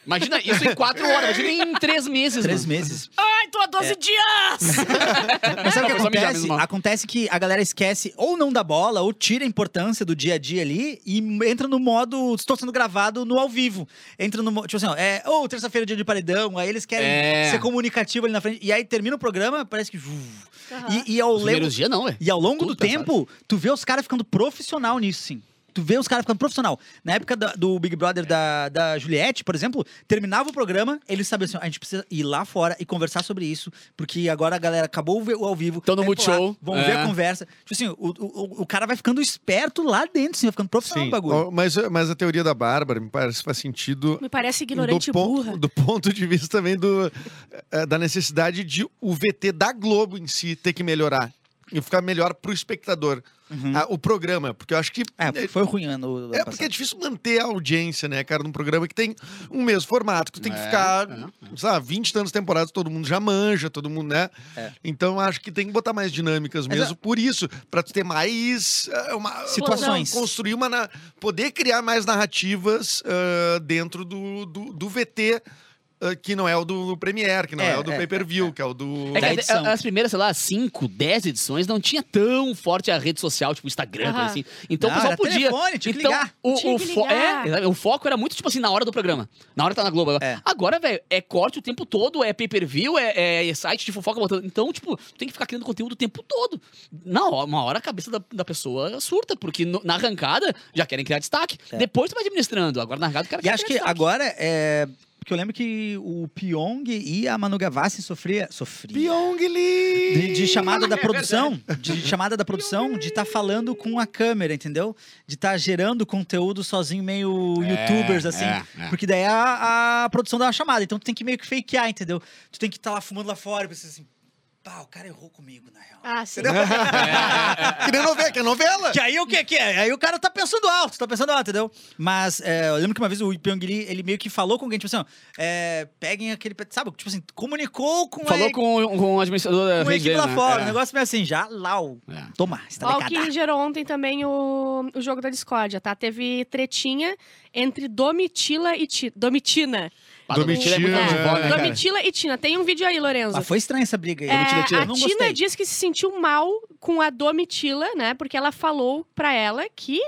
C: Imagina isso em 4 horas. Imagina em 3 meses.
D: Três
C: mano.
D: meses.
B: Ai, há 12 dias!
D: Mas sabe o
C: Não, foi
D: que
C: só mijar
D: acontece?
C: mesmo, mano.
D: Acontece que a galera esquece ou não dá bola, ou tira a importância do dia a dia ali e entra no modo, estou sendo gravado no ao vivo. Entra no, mo- tipo assim, ó, é, ou terça-feira é dia de paredão, aí eles querem
C: É.
D: ser comunicativo ali na frente. E aí termina o programa, parece que...
B: Aham.
D: E, e eu
C: Os
D: lembro...
C: primeiros dias não, ué.
D: E ao longo
C: Tudo
D: do tempo, tu vê os caras ficando profissional nisso, sim. Tu vê os caras ficando profissional. Na época da- do, Big Brother da, da Juliette, por exemplo, terminava o programa, eles sabiam assim: ó, a gente precisa ir lá fora e conversar sobre isso, porque agora a galera acabou o ve- o ao vivo.
C: Tão no
D: vamos lá,
C: Multishow,
D: Vamos
C: é.
D: ver a conversa. Tipo assim, o, o, o- o cara vai ficando esperto lá dentro, assim, vai ficando profissional
E: Sim.
D: no bagulho.
E: Ó, Mas, mas a teoria da Bárbara me parece faz sentido
B: Me parece ignorante e
E: do, pon-
B: burra.
E: do ponto de vista também do, eh, da necessidade de o VT da Globo em si ter que melhorar. E ficar melhor pro espectador. Ah, o programa, porque eu acho que.
D: É, foi ruim ano. ano
E: É
D: passado.
E: porque é difícil manter a audiência, né, cara, num programa que tem um mesmo formato, que tu tem que
D: É,
E: ficar, sei lá, 20 tantas temporadas, todo mundo já manja, todo mundo, né? Então acho que tem que botar mais dinâmicas
D: É. Mas
E: mesmo, por isso, pra tu ter mais eh, uma,
D: Situações.
E: construir uma na- poder criar mais narrativas ah, dentro do, do, do VT. ah, Que não é o do Premiere, que não é,
D: É,
E: o do
D: é,
E: pay-per-view, que é o do.
C: É
D: Da
C: que até-
D: edição.
C: as primeiras, sei lá, 5, 10 edições não tinha tão forte a rede social, tipo Instagram,
B: Aham.
C: coisa assim. Então o
D: Não,
C: pessoal
D: era
C: podia.
D: telefone, tinha que
C: então,
D: ligar.
C: O,
B: Tinha
C: o
B: que
C: fo-
B: ligar.
C: é, exato, o foco era muito, tipo assim, na hora do programa. Na hora tá na Globo. Agora,
D: É.
C: Agora, velho, é corte o tempo todo, é pay-per-view, é, é site de fofoca botando. Então, tipo, tu tem que ficar criando conteúdo o tempo todo. Na hora, uma hora a cabeça da, da pessoa surta, porque no- na arrancada já querem criar destaque. Depois tu vai administrando. Agora na arrancada o cara
D: É. E
C: quer
D: acho que
C: criar destaque.
D: agora é. Porque eu lembro que o Pyong e a Manu Gavassi sofria. Sofria.
E: Pyongli!
D: De, de chamada da produção, de chamada da produção, de estar falando com a câmera, entendeu? De estar gerando conteúdo sozinho, meio youtubers, assim. Porque daí a, a produção dá uma chamada. Então tu tem que meio que fakear, entendeu? Tu tem que estar lá fumando lá fora, e pensa assim, pá, o cara errou comigo, na real.
B: Ah, sim.
E: que nem novela, que é novela!
D: Que aí o que que é? Aí o cara tá pensando alto, tá pensando alto, entendeu? Mas é, eu lembro que uma vez o Pyongyi, ele meio que falou com alguém, tipo assim, ó, é, peguem aquele, pe- sabe? Tipo assim, comunicou com
C: Falou
D: a,
C: com, com o administrador da
D: com a equipe
C: VG,
D: lá
C: né?
D: fora.
C: É.
D: O negócio meio assim, já, lau,
C: É.
D: toma, tá está
B: Ó, o
D: decadado.
B: que gerou ontem também o, o jogo da discórdia, tá? Teve tretinha entre Domitila e Ti- Domitina.
C: Pá, Domitila é muito
E: Domitila,
C: mais de vó, né, cara?
B: Domitila e Tina. Tem um vídeo aí, Lorenzo.
D: Mas Ah, foi estranha essa briga aí.
B: É,
D: Tira, tira.
B: a
D: não
B: Tina
D: gostei.
B: disse que se sentiu mal com a Domitila, né? Porque ela falou pra ela que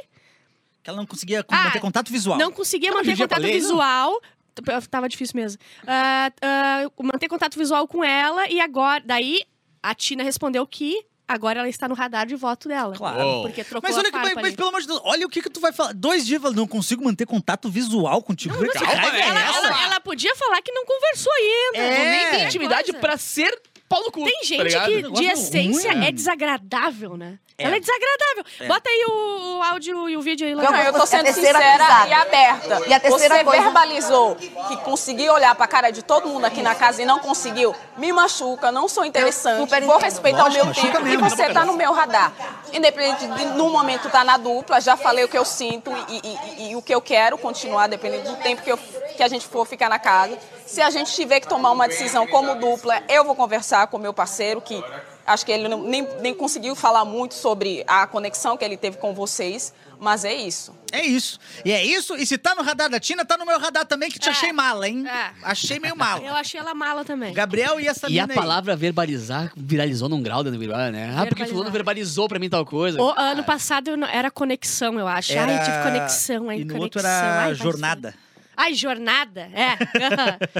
D: Que ela não conseguia
B: Ah,
D: manter contato visual.
B: não conseguia
C: Não,
B: manter
C: Gigi, eu
B: contato
C: falei, não.
B: visual. T- Tava difícil mesmo. Ah, ah, manter contato visual com ela e agora. Daí a Tina respondeu que agora ela está no radar de voto dela. Oh.
D: Claro.
C: Uou.
B: Porque trocou
D: Mas
B: a
D: olha que,
B: farpa
D: mas,
B: ali.
D: mas pelo amor de Deus, olha o que que tu vai falar. Dois dias, eu falei, não consigo manter contato visual contigo. Que
C: calma,
D: raiva
C: né?
D: é
B: Ela,
D: essa?
B: ela- ela podia falar que não conversou ainda.
D: É.
B: não
C: Nem tem
B: outra
C: intimidade
B: coisa.
C: pra ser pau no cu.
B: Tem
C: tá
B: gente
C: ligado?
B: que,
D: Negócio
B: de essência,
D: ruim.
B: é desagradável, né?
D: É.
B: Ela é desagradável. Bota aí o, o áudio e o vídeo aí, Lorena.
F: Não, eu tô
G: Você é a
F: sendo
G: terceira
F: sincera
G: acusada.
F: e aberta.
G: E a terceira
F: Você
G: coisa-
F: verbalizou que conseguiu olhar pra cara de todo mundo aqui na casa e não conseguiu. Me machuca, não sou interessante.
G: super
F: Vou
G: entendo.
F: respeitar
D: Lógico,
F: o Então, meu
D: machuca
F: tempo
D: mesmo. né,
F: e você tá no meu radar. Independente de no momento tá na dupla, já falei o que eu sinto e, e- e- e o que eu quero continuar, dependendo do tempo que, eu- que a gente for ficar na casa. Se a gente tiver que tomar uma decisão como dupla, eu vou conversar com o meu parceiro, que acho que ele não- nem, nem conseguiu falar muito sobre a conexão que ele teve com vocês, mas é isso.
D: É isso. E é isso. E se tá no radar da Tina, tá no meu radar também, que te
B: É.
D: achei mala, hein?
B: É.
D: Achei meio mala.
B: Eu achei ela mala também.
D: Gabriel e essa
C: E a
D: mina aí.
C: palavra verbalizar viralizou num grau dentro do Big Brother, né? Ah, porque
B: Verbalizar.
C: fulano verbalizou pra mim tal coisa.
B: O ano passado eu não- era conexão, eu acho.
D: Era...
B: Ai, tive conexão, aí
D: E no
B: conexão.
D: outro
B: ai,
D: era
B: vai
D: jornada.
B: ser. Ai, jornada? É.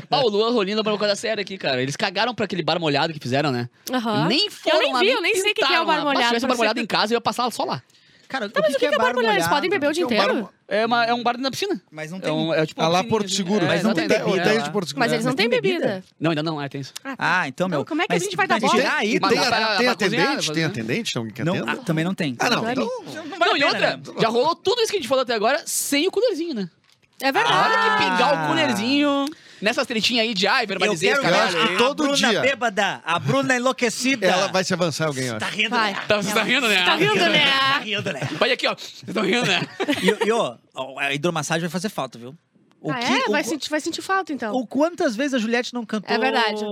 C: Ah, o Luan Rolino é uma coisa séria aqui, cara. Eles cagaram pra aquele bar molhado que fizeram, né?
B: Aham.
C: Nem
B: Eu
C: foram
B: nem
C: lá,
B: vi, eu nem sei o que que é o
C: tentaram
B: bar
C: lá.
B: molhado, tá-
C: Se tivesse um
B: pra
C: bar
B: ser-
C: molhado em casa, eu ia passar só lá.
D: Cara, o
B: Mas o que, que é bar mulher? Eles podem beber o
E: É
B: dia
E: um bar-
B: inteiro.
C: É, uma- é um bar dentro da piscina.
D: Mas não
C: É,
D: tem...
C: um, é tipo
E: A
C: uma
E: lá
C: piscininha,
E: Porto
C: assim.
E: Seguro,
C: É,
D: Mas não
C: exatamente.
D: tem bebida,
E: hotéis
D: lá.
E: de Porto Seguro. é.
B: Mas eles não
D: Mas
B: têm
D: tem
B: bebida.
C: Não, ainda não, é, tem isso.
B: Ah, tá.
D: Ah, então, meu...
B: Não, como é que a
D: mas-
B: gente vai dar
D: mas
B: bola?
D: tirar aí,
C: Mas
E: Tem,
D: tá?
E: a-
C: dá pra-
E: tem
C: pra
E: atendente?
C: cozinhar,
E: Tem
C: né?
E: atendente? Não, que
D: Não,
E: atenda?
D: também não é tem.
E: Ah, não.
B: Não,
E: Então,
D: vale
C: não,
D: a
C: e
D: pena,
C: outra,
D: né?
C: já rolou tudo isso que a gente falou até agora sem o coolerzinho, né?
B: É
C: A
B: verdade.
C: hora que pingar o
D: Ah.
C: coolerzinho nessas tretinhas aí de ai,
D: Eu
C: verbalizei esse
D: quero ver
E: caralho
C: caralho.
E: aí.
D: a
E: Todo
D: Bruna
E: dia.
D: bêbada, a Bruna enlouquecida.
E: ela vai se avançar alguém, ó.
D: Tá rindo,
B: Vai.
D: né?
C: Tá, você tá rindo, né?
B: Tá rindo,
D: Tá
B: né?
D: rindo, né?
C: Olha aqui, ó. Vocês estão rindo, né?
D: E, e ó, a hidromassagem vai fazer falta, viu? O
B: ah,
D: que-
B: é?
D: o-
B: Vai, sentir, vai sentir falta, então.
D: o quantas vezes a Juliette não cantou?
B: É verdade.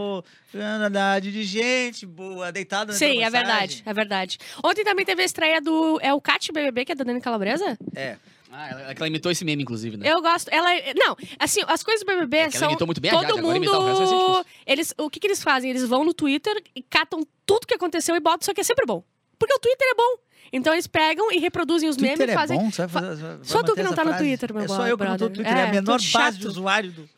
D: Verdade de gente boa, deitada na
B: Sim, é
D: hidromassagem?
B: verdade, é verdade. Ontem também teve a estreia do... É o Cat BBB, que é da Dani Calabresa?
D: É.
C: Ah, ela, ela imitou esse meme, inclusive, né?
B: Eu gosto. Ela. Não, assim, as coisas do BBB
C: É que ela
B: são.
C: imitou muito bem a
B: todo
C: Jade, agora
B: mundo.
C: imitar o resto vai ser difícil.
B: eles, o que, que eles fazem? Eles vão no Twitter e catam tudo que aconteceu e botam, só que é sempre bom. Porque o Twitter é bom. Então eles pegam e reproduzem os
D: Twitter
B: memes e
D: é
B: fazem.
D: bom, sabe?
B: Só tu que não tá no Twitter, meu
D: É só
B: brother.
D: eu que não tô no Twitter, é,
B: É,
D: a menor
B: tô
D: base
B: chato.
D: de usuário do...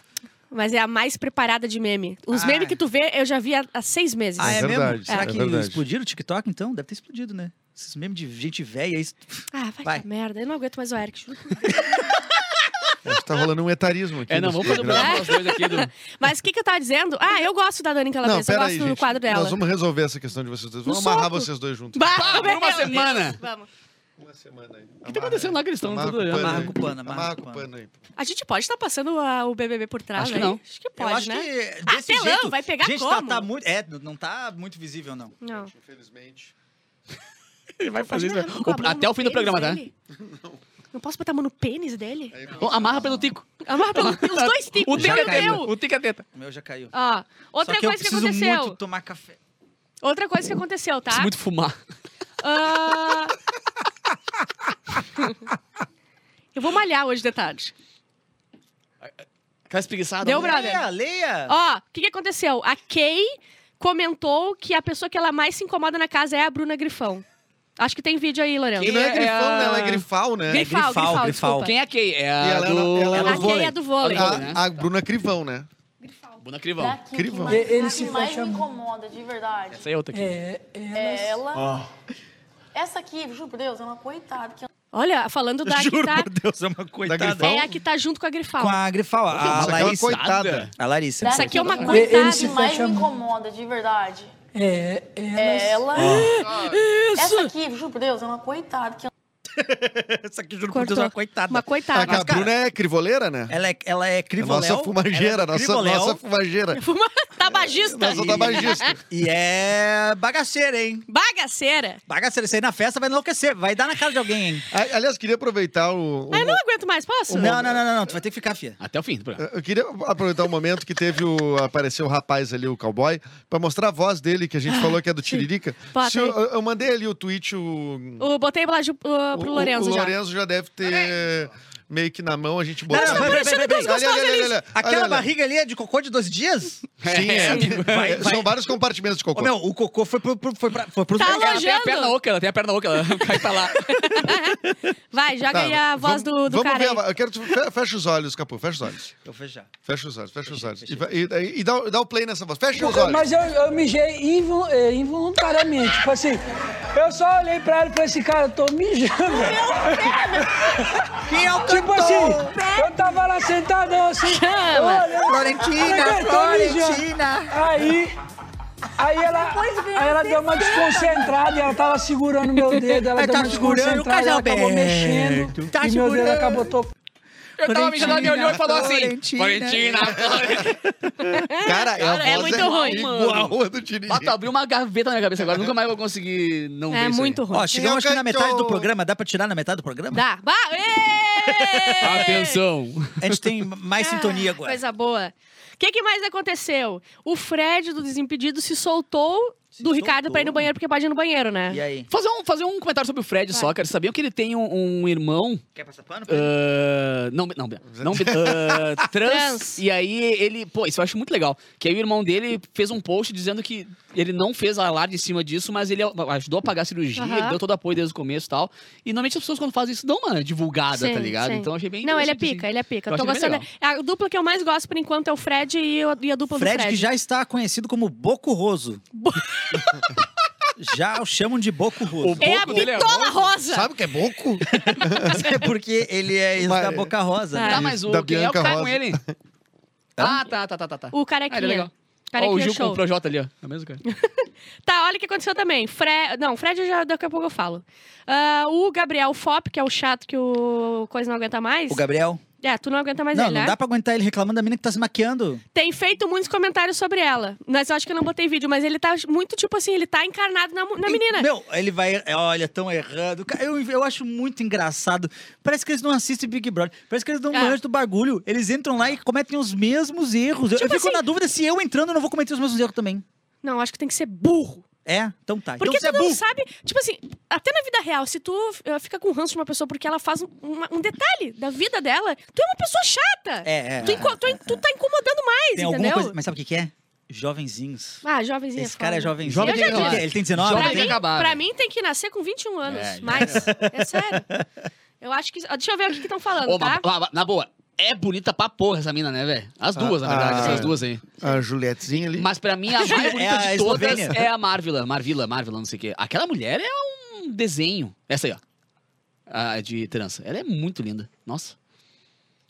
B: Mas é a mais preparada de meme. Os
D: Ah.
B: memes que tu vê, eu já vi há, há seis meses.
D: Ah, é,
E: verdade,
D: mesmo?
E: é
D: Será que
E: verdade.
D: explodiram o TikTok, então? Deve ter explodido, né? Esses memes de gente velha, isso...
B: Ah, vai,
D: Vai.
B: pra merda. Eu não aguento mais o Eric. juro.
E: Acho que tá rolando um etarismo aqui.
C: É, não,
E: nesse
C: vamos fazer o
E: programa.
C: programa nós dois aqui do.
B: Mas o que, que eu tava dizendo? Ah, eu gosto da Dani
E: Não,
B: Calabresa. eu
E: pera
B: gosto
E: aí,
B: do
E: gente.
B: quadro dela.
E: Nós vamos resolver essa questão de vocês dois. Vamos
B: No
E: amarrar
B: soco.
E: vocês dois juntos.
B: Bah,
C: por uma
B: meu Deus.
C: semana.
B: Vamos.
E: Uma semana aí. O
C: que tá acontecendo lá que eles tão tudo aí?
D: Amarra com pano, amarra
E: Amarra
D: com
E: com
D: pano.
E: pano aí.
B: A gente pode estar passando a- o BBB por trás,
C: Acho que
B: né?
C: não.
B: Acho que
D: Eu
B: pode,
D: acho
B: né?
D: que desse
B: Ah, pelão,
D: jeito...
B: vai pegar
D: gente,
B: como?
D: Tá, tá muito... É, não tá muito visível, não.
B: Não.
E: Infelizmente.
C: Ele vai fazer isso.
B: Imagina
C: velho.
B: com a mão
C: O- Até
B: no
C: o fim do
B: pênis
C: programa, tá?
B: dele. Não posso botar a mão no pênis dele?
E: Aí,
C: Bom, Amarra pelo tico.
B: Amarra pelo... os dois tipos.
C: O tico é
B: meu
C: teta.
B: Deus.
C: O tico é teta.
D: O meu já caiu.
B: Ó, outra
D: Só que eu
B: coisa que
D: preciso
B: aconteceu.
D: muito tomar café.
B: Outra coisa que aconteceu, tá?
C: Preciso é muito fumar.
B: Ah, Eu vou malhar hoje de tarde.
E: Tá
C: Aquela espreguiçada.
B: Deu
C: né?
D: Leia,
B: brother.
D: leia!
B: Ó, o que, que aconteceu? A Kay comentou que a pessoa que ela mais se incomoda na casa é a Bruna Grifão. Acho que tem vídeo aí, Lorena.
E: E não
C: é
E: é grifão,
C: a-
E: né? Ela é grifal, né?
B: Grifal, grifal,
D: grifal, grifal.
B: desculpa.
C: Quem é a Kay? É
E: E
C: a
E: ela é
C: do...
E: na- ela é
C: ela
E: na
B: a
C: do...
E: vôlei.
B: Kay é do vôlei.
C: Ah. né?
E: A, a Bruna Crivão, né?
C: Bruna Crivão.
E: Crivão.
G: Ele se mais me incomoda, de verdade,
C: Essa é outra aqui.
G: é ela. Essa aqui, juro por Deus, é uma coitada que
B: Olha, falando da que
D: Juro
B: tá...
D: por Deus, é uma coitada.
E: Grifal?
B: É a que tá junto com a Grifal.
D: Com a Grifal, a, a
E: Nossa, aquela
D: Larissa.
E: coitada.
D: A Larissa.
B: Isso aqui é uma
G: Ele-
B: coitada.
G: se mais me incomoda, de verdade,
H: É, é.
G: é ela. Essa aqui, juro por Deus, é uma coitada que
D: Essa aqui, juro por
B: Cortou.
D: Deus, é uma coitada.
B: Uma
E: A,
B: coitada.
E: a Bruna é crivoleira, né?
D: Ela é, ela é
E: A
D: crivoléu.
E: nossa fumageira,
D: ela é
E: nossa,
D: crivoléu
E: nossa fumageira.
B: Uma tabagista.
E: Nossa tabagista.
D: E é bagaceira, hein?
B: Bagaceira.
D: Bagaceira, isso aí na festa vai enlouquecer, vai dar na cara de alguém, hein?
E: A- Aliás, queria aproveitar o. o-
B: Ah, eu não aguento mais, posso?
D: Não, não, não, não, não, tu vai ter que ficar, fia.
C: Até o fim do programa.
E: Eu queria aproveitar o momento que teve o. apareceu o rapaz ali, o cowboy, pra mostrar a voz dele, que a gente falou que é do Tiririca.
B: Ah, Bota
E: Se
B: aí.
E: eu, eu mandei ali o tweet, o.
B: Eu botei lá ju- uh, pro
E: o-
B: Lorenzo
E: o,
B: já.
E: Lorenzo já deve ter meio que na mão, a gente botou.
D: Não, não, peraí, peraí, peraí.
E: Olha, olha, olha, olha,
D: Aquela
E: olha, olha.
D: barriga ali é de cocô de dois dias?
E: Sim, é.
C: Tá
D: Vai, vai.
E: São vários compartimentos de cocô.
D: Ô, meu, o cocô foi pro, pro, foi pra, foi pro
B: Tá
C: Ela tem a
B: Alojando.
C: perna oca, ela tem a perna oca, ela cai pra lá.
B: Vai, joga aí a voz do,
E: Tá, vamos
B: do cara
E: Ver,
B: aí.
E: a- eu quero que tu fe- fecha os olhos, Capu, fecha os olhos.
D: Eu fechar.
E: Fecha os olhos, fecha os olhos. E, vai- e, daí- e dá, o- dá o play nessa voz. Fecha os
H: Eu-
E: olhos.
H: Mas eu, eu mijei invol- eh, involuntariamente. Tipo assim, eu só olhei pra ela e falei assim, cara, eu tô mijando.
D: Quem é o
H: Tipo
D: cantor?
H: assim, eu tava lá sentadão assim. eu
B: Chama.
H: olhei,
D: Florentina,
H: eu tô mijando.
D: Florentina.
H: Aí, aí ela, aí ela deu uma desconcentrada e ela tava segurando meu dedo. Ela
D: Aí
H: deu
D: tá
H: uma
D: segurando o
H: desconcentrada e ela acabou
D: Casalberto.
H: mexendo.
D: Tá
H: e meu dedo
D: segurando.
H: acabou tocando.
C: Eu tava mijando, ela me olhou e falou assim...
D: Florentina.
C: Florentina, Florentina.
E: Cara, é, a
B: Cara, é
E: voz
B: muito ruim.
E: Igual a do Tiri.
C: Ah, tu abriu uma gaveta na minha cabeça agora, nunca mais vou conseguir não ver
B: É
C: isso aí.
B: muito ruim.
D: Ó, chegamos acho que na
E: cantor?
D: metade do programa. Dá pra tirar na metade do programa?
B: Dá. Bah, ê!
C: Atenção.
D: A gente tem mais sintonia agora.
B: Ah, Coisa boa. O que, que mais aconteceu? O Fred do Desimpedido se soltou do
D: soltou.
B: Ricardo pra ir no banheiro, porque pode ir no banheiro, né?
D: E aí?
C: Fazer um, fazer um comentário sobre o Fred só, cara. Sabiam que ele tem um, um irmão.
D: Quer passar pano?
C: ah, não, não, não ah, trans,
B: Trans.
C: E aí ele. Pô, isso eu acho muito legal. Que aí o irmão dele fez um post dizendo que ele não fez alarde em cima disso, mas ele ajudou a pagar a cirurgia,
B: Aham.
C: ele deu todo o apoio desde o começo e tal. E normalmente as pessoas quando fazem isso dão uma divulgada,
B: Sim,
C: tá ligado?
B: sim.
C: Então eu achei bem
B: Não, ele é
C: interessante,
B: pica,
C: assim.
B: ele é pica.
C: Eu
B: Eu tô
C: achei bem
B: gostando. A dupla que eu mais gosto por enquanto é o Fred e, o- e a dupla
D: Fred,
B: do Fred.
D: que já está conhecido como Boco Roso. já o chamam de Boco Roso.
B: É a
C: pouco dele é
B: Pitola
C: rosa.
B: Rosa!
E: Sabe o que é boco?
D: É porque ele é ex da
E: Mas-
D: Boca Rosa.
B: Ah.
D: né?
C: Tá, mas o
E: Da
C: quem é o que
E: Bianca
C: tá com
E: Rosa.
C: ele? Ah, tá, tá, tá, tá, tá.
B: O
C: Ah, ele é
B: Carequinha.
C: legal. Ó, o
B: Carequinha
C: Gil com o
B: show.
C: Projota ali, ó. É o mesmo cara.
B: Tá, olha o que aconteceu também. Fre... Não, Fred eu já daqui a pouco eu falo. Ah, o Gabriel Fop, que é o chato que o Coisa não aguenta mais.
D: O Gabriel.
B: É, tu não aguenta mais
D: não,
B: ele,
D: não
B: né?
D: dá pra aguentar ele reclamando da mina que tá se maquiando.
B: Tem feito muitos comentários sobre ela. Mas eu acho que eu não botei vídeo, mas ele tá muito tipo assim, ele tá encarnado na, mu- na menina.
D: Meu, ele vai. é, Olha, tão errando. Ca- Eu, eu acho muito engraçado. Parece que eles não assistem Big Brother. Parece que eles não
B: É.
D: manjam do bagulho. Eles entram lá e cometem os mesmos erros. Eu, eu
B: Tipo
D: fico
B: assim-
D: na dúvida se eu entrando eu não vou cometer os mesmos erros também.
B: Não, eu acho que tem que ser burro.
D: É? Então tá.
B: Porque
D: então
B: tu
D: você é
B: não
D: burro.
B: sabe, tipo assim, até na vida real, se tu eh, fica com ranço de uma pessoa porque ela faz um, uma- um detalhe da vida dela, tu é uma pessoa chata.
D: É, é,
B: Tu,
D: é,
B: inco- tu, tu tá incomodando mais,
D: Tem alguma
B: entendeu?
D: coisa. Mas sabe o que, que é? Jovenzinhos.
B: Ah, jovenzinho.
D: Esse cara é
B: foda.
D: jovenzinho.
B: Jovem tem que
D: Ele
B: acabar.
D: tem- ele tem 19?
C: Jovem
B: Pra
C: tem
B: mim,
C: que acabar,
B: pra
C: né?
B: mim tem que nascer com 21 anos,
C: É, já
B: mais. É sério. Eu acho que. ó, Deixa eu ver o que estão falando,
C: Ô,
B: tá?
C: mas- mas- na boa, é bonita pra porra essa mina, né, velho? As duas,
E: Ah,
C: na verdade,
E: ah,
C: essas
E: é.
C: duas aí.
E: A Julietezinha ali.
C: Mas pra mim, a mais
D: É
C: bonita
D: a
C: de todas
D: Eslovênia.
C: é a Marvila. Marvila, Marvila, não sei o quê. Aquela mulher é um desenho. Essa aí, ó. A de trança. Ela é muito linda. Nossa.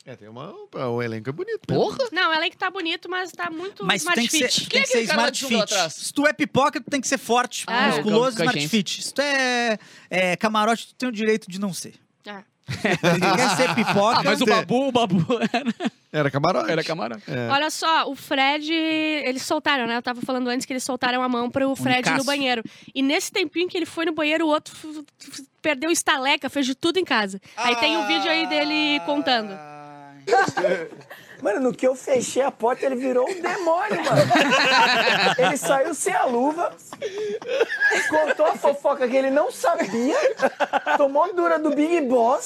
E: É, tem uma. O elenco é bonito. né?
C: Porra!
B: Não, ela é que tá bonito, mas tá muito
D: Mas tu
B: smart
D: tem que ser,
B: fit.
D: tu
C: Quem é
D: tem que ser
C: aquele cara
D: smart
C: de fundo lá
D: fit.
C: atrás?
D: Se tu é pipoca, tu tem que ser forte,
B: Ah,
D: musculoso,
C: com- com a
D: smart
C: gente.
D: fit. Se tu é, é camarote, tu tem o direito de não ser.
B: Ah.
D: Se tu quer ser pipoca...
C: Ah, mas o babu, o babu
E: Era camarote.
C: era camarão.
D: é.
B: Olha só, o Fred, eles soltaram, né? Eu tava falando antes que eles soltaram a mão pro Fred ir no
D: Nicasso.
B: banheiro. E nesse tempinho que ele foi no banheiro, o outro f- f- perdeu estaleca, fez de tudo em casa. Aí tem
C: Ah.
B: um vídeo aí dele contando.
H: Mano, no que eu fechei a porta, ele virou um demônio, mano. Ele saiu sem a luva, contou a fofoca que ele não sabia, tomou dura do Big Boss,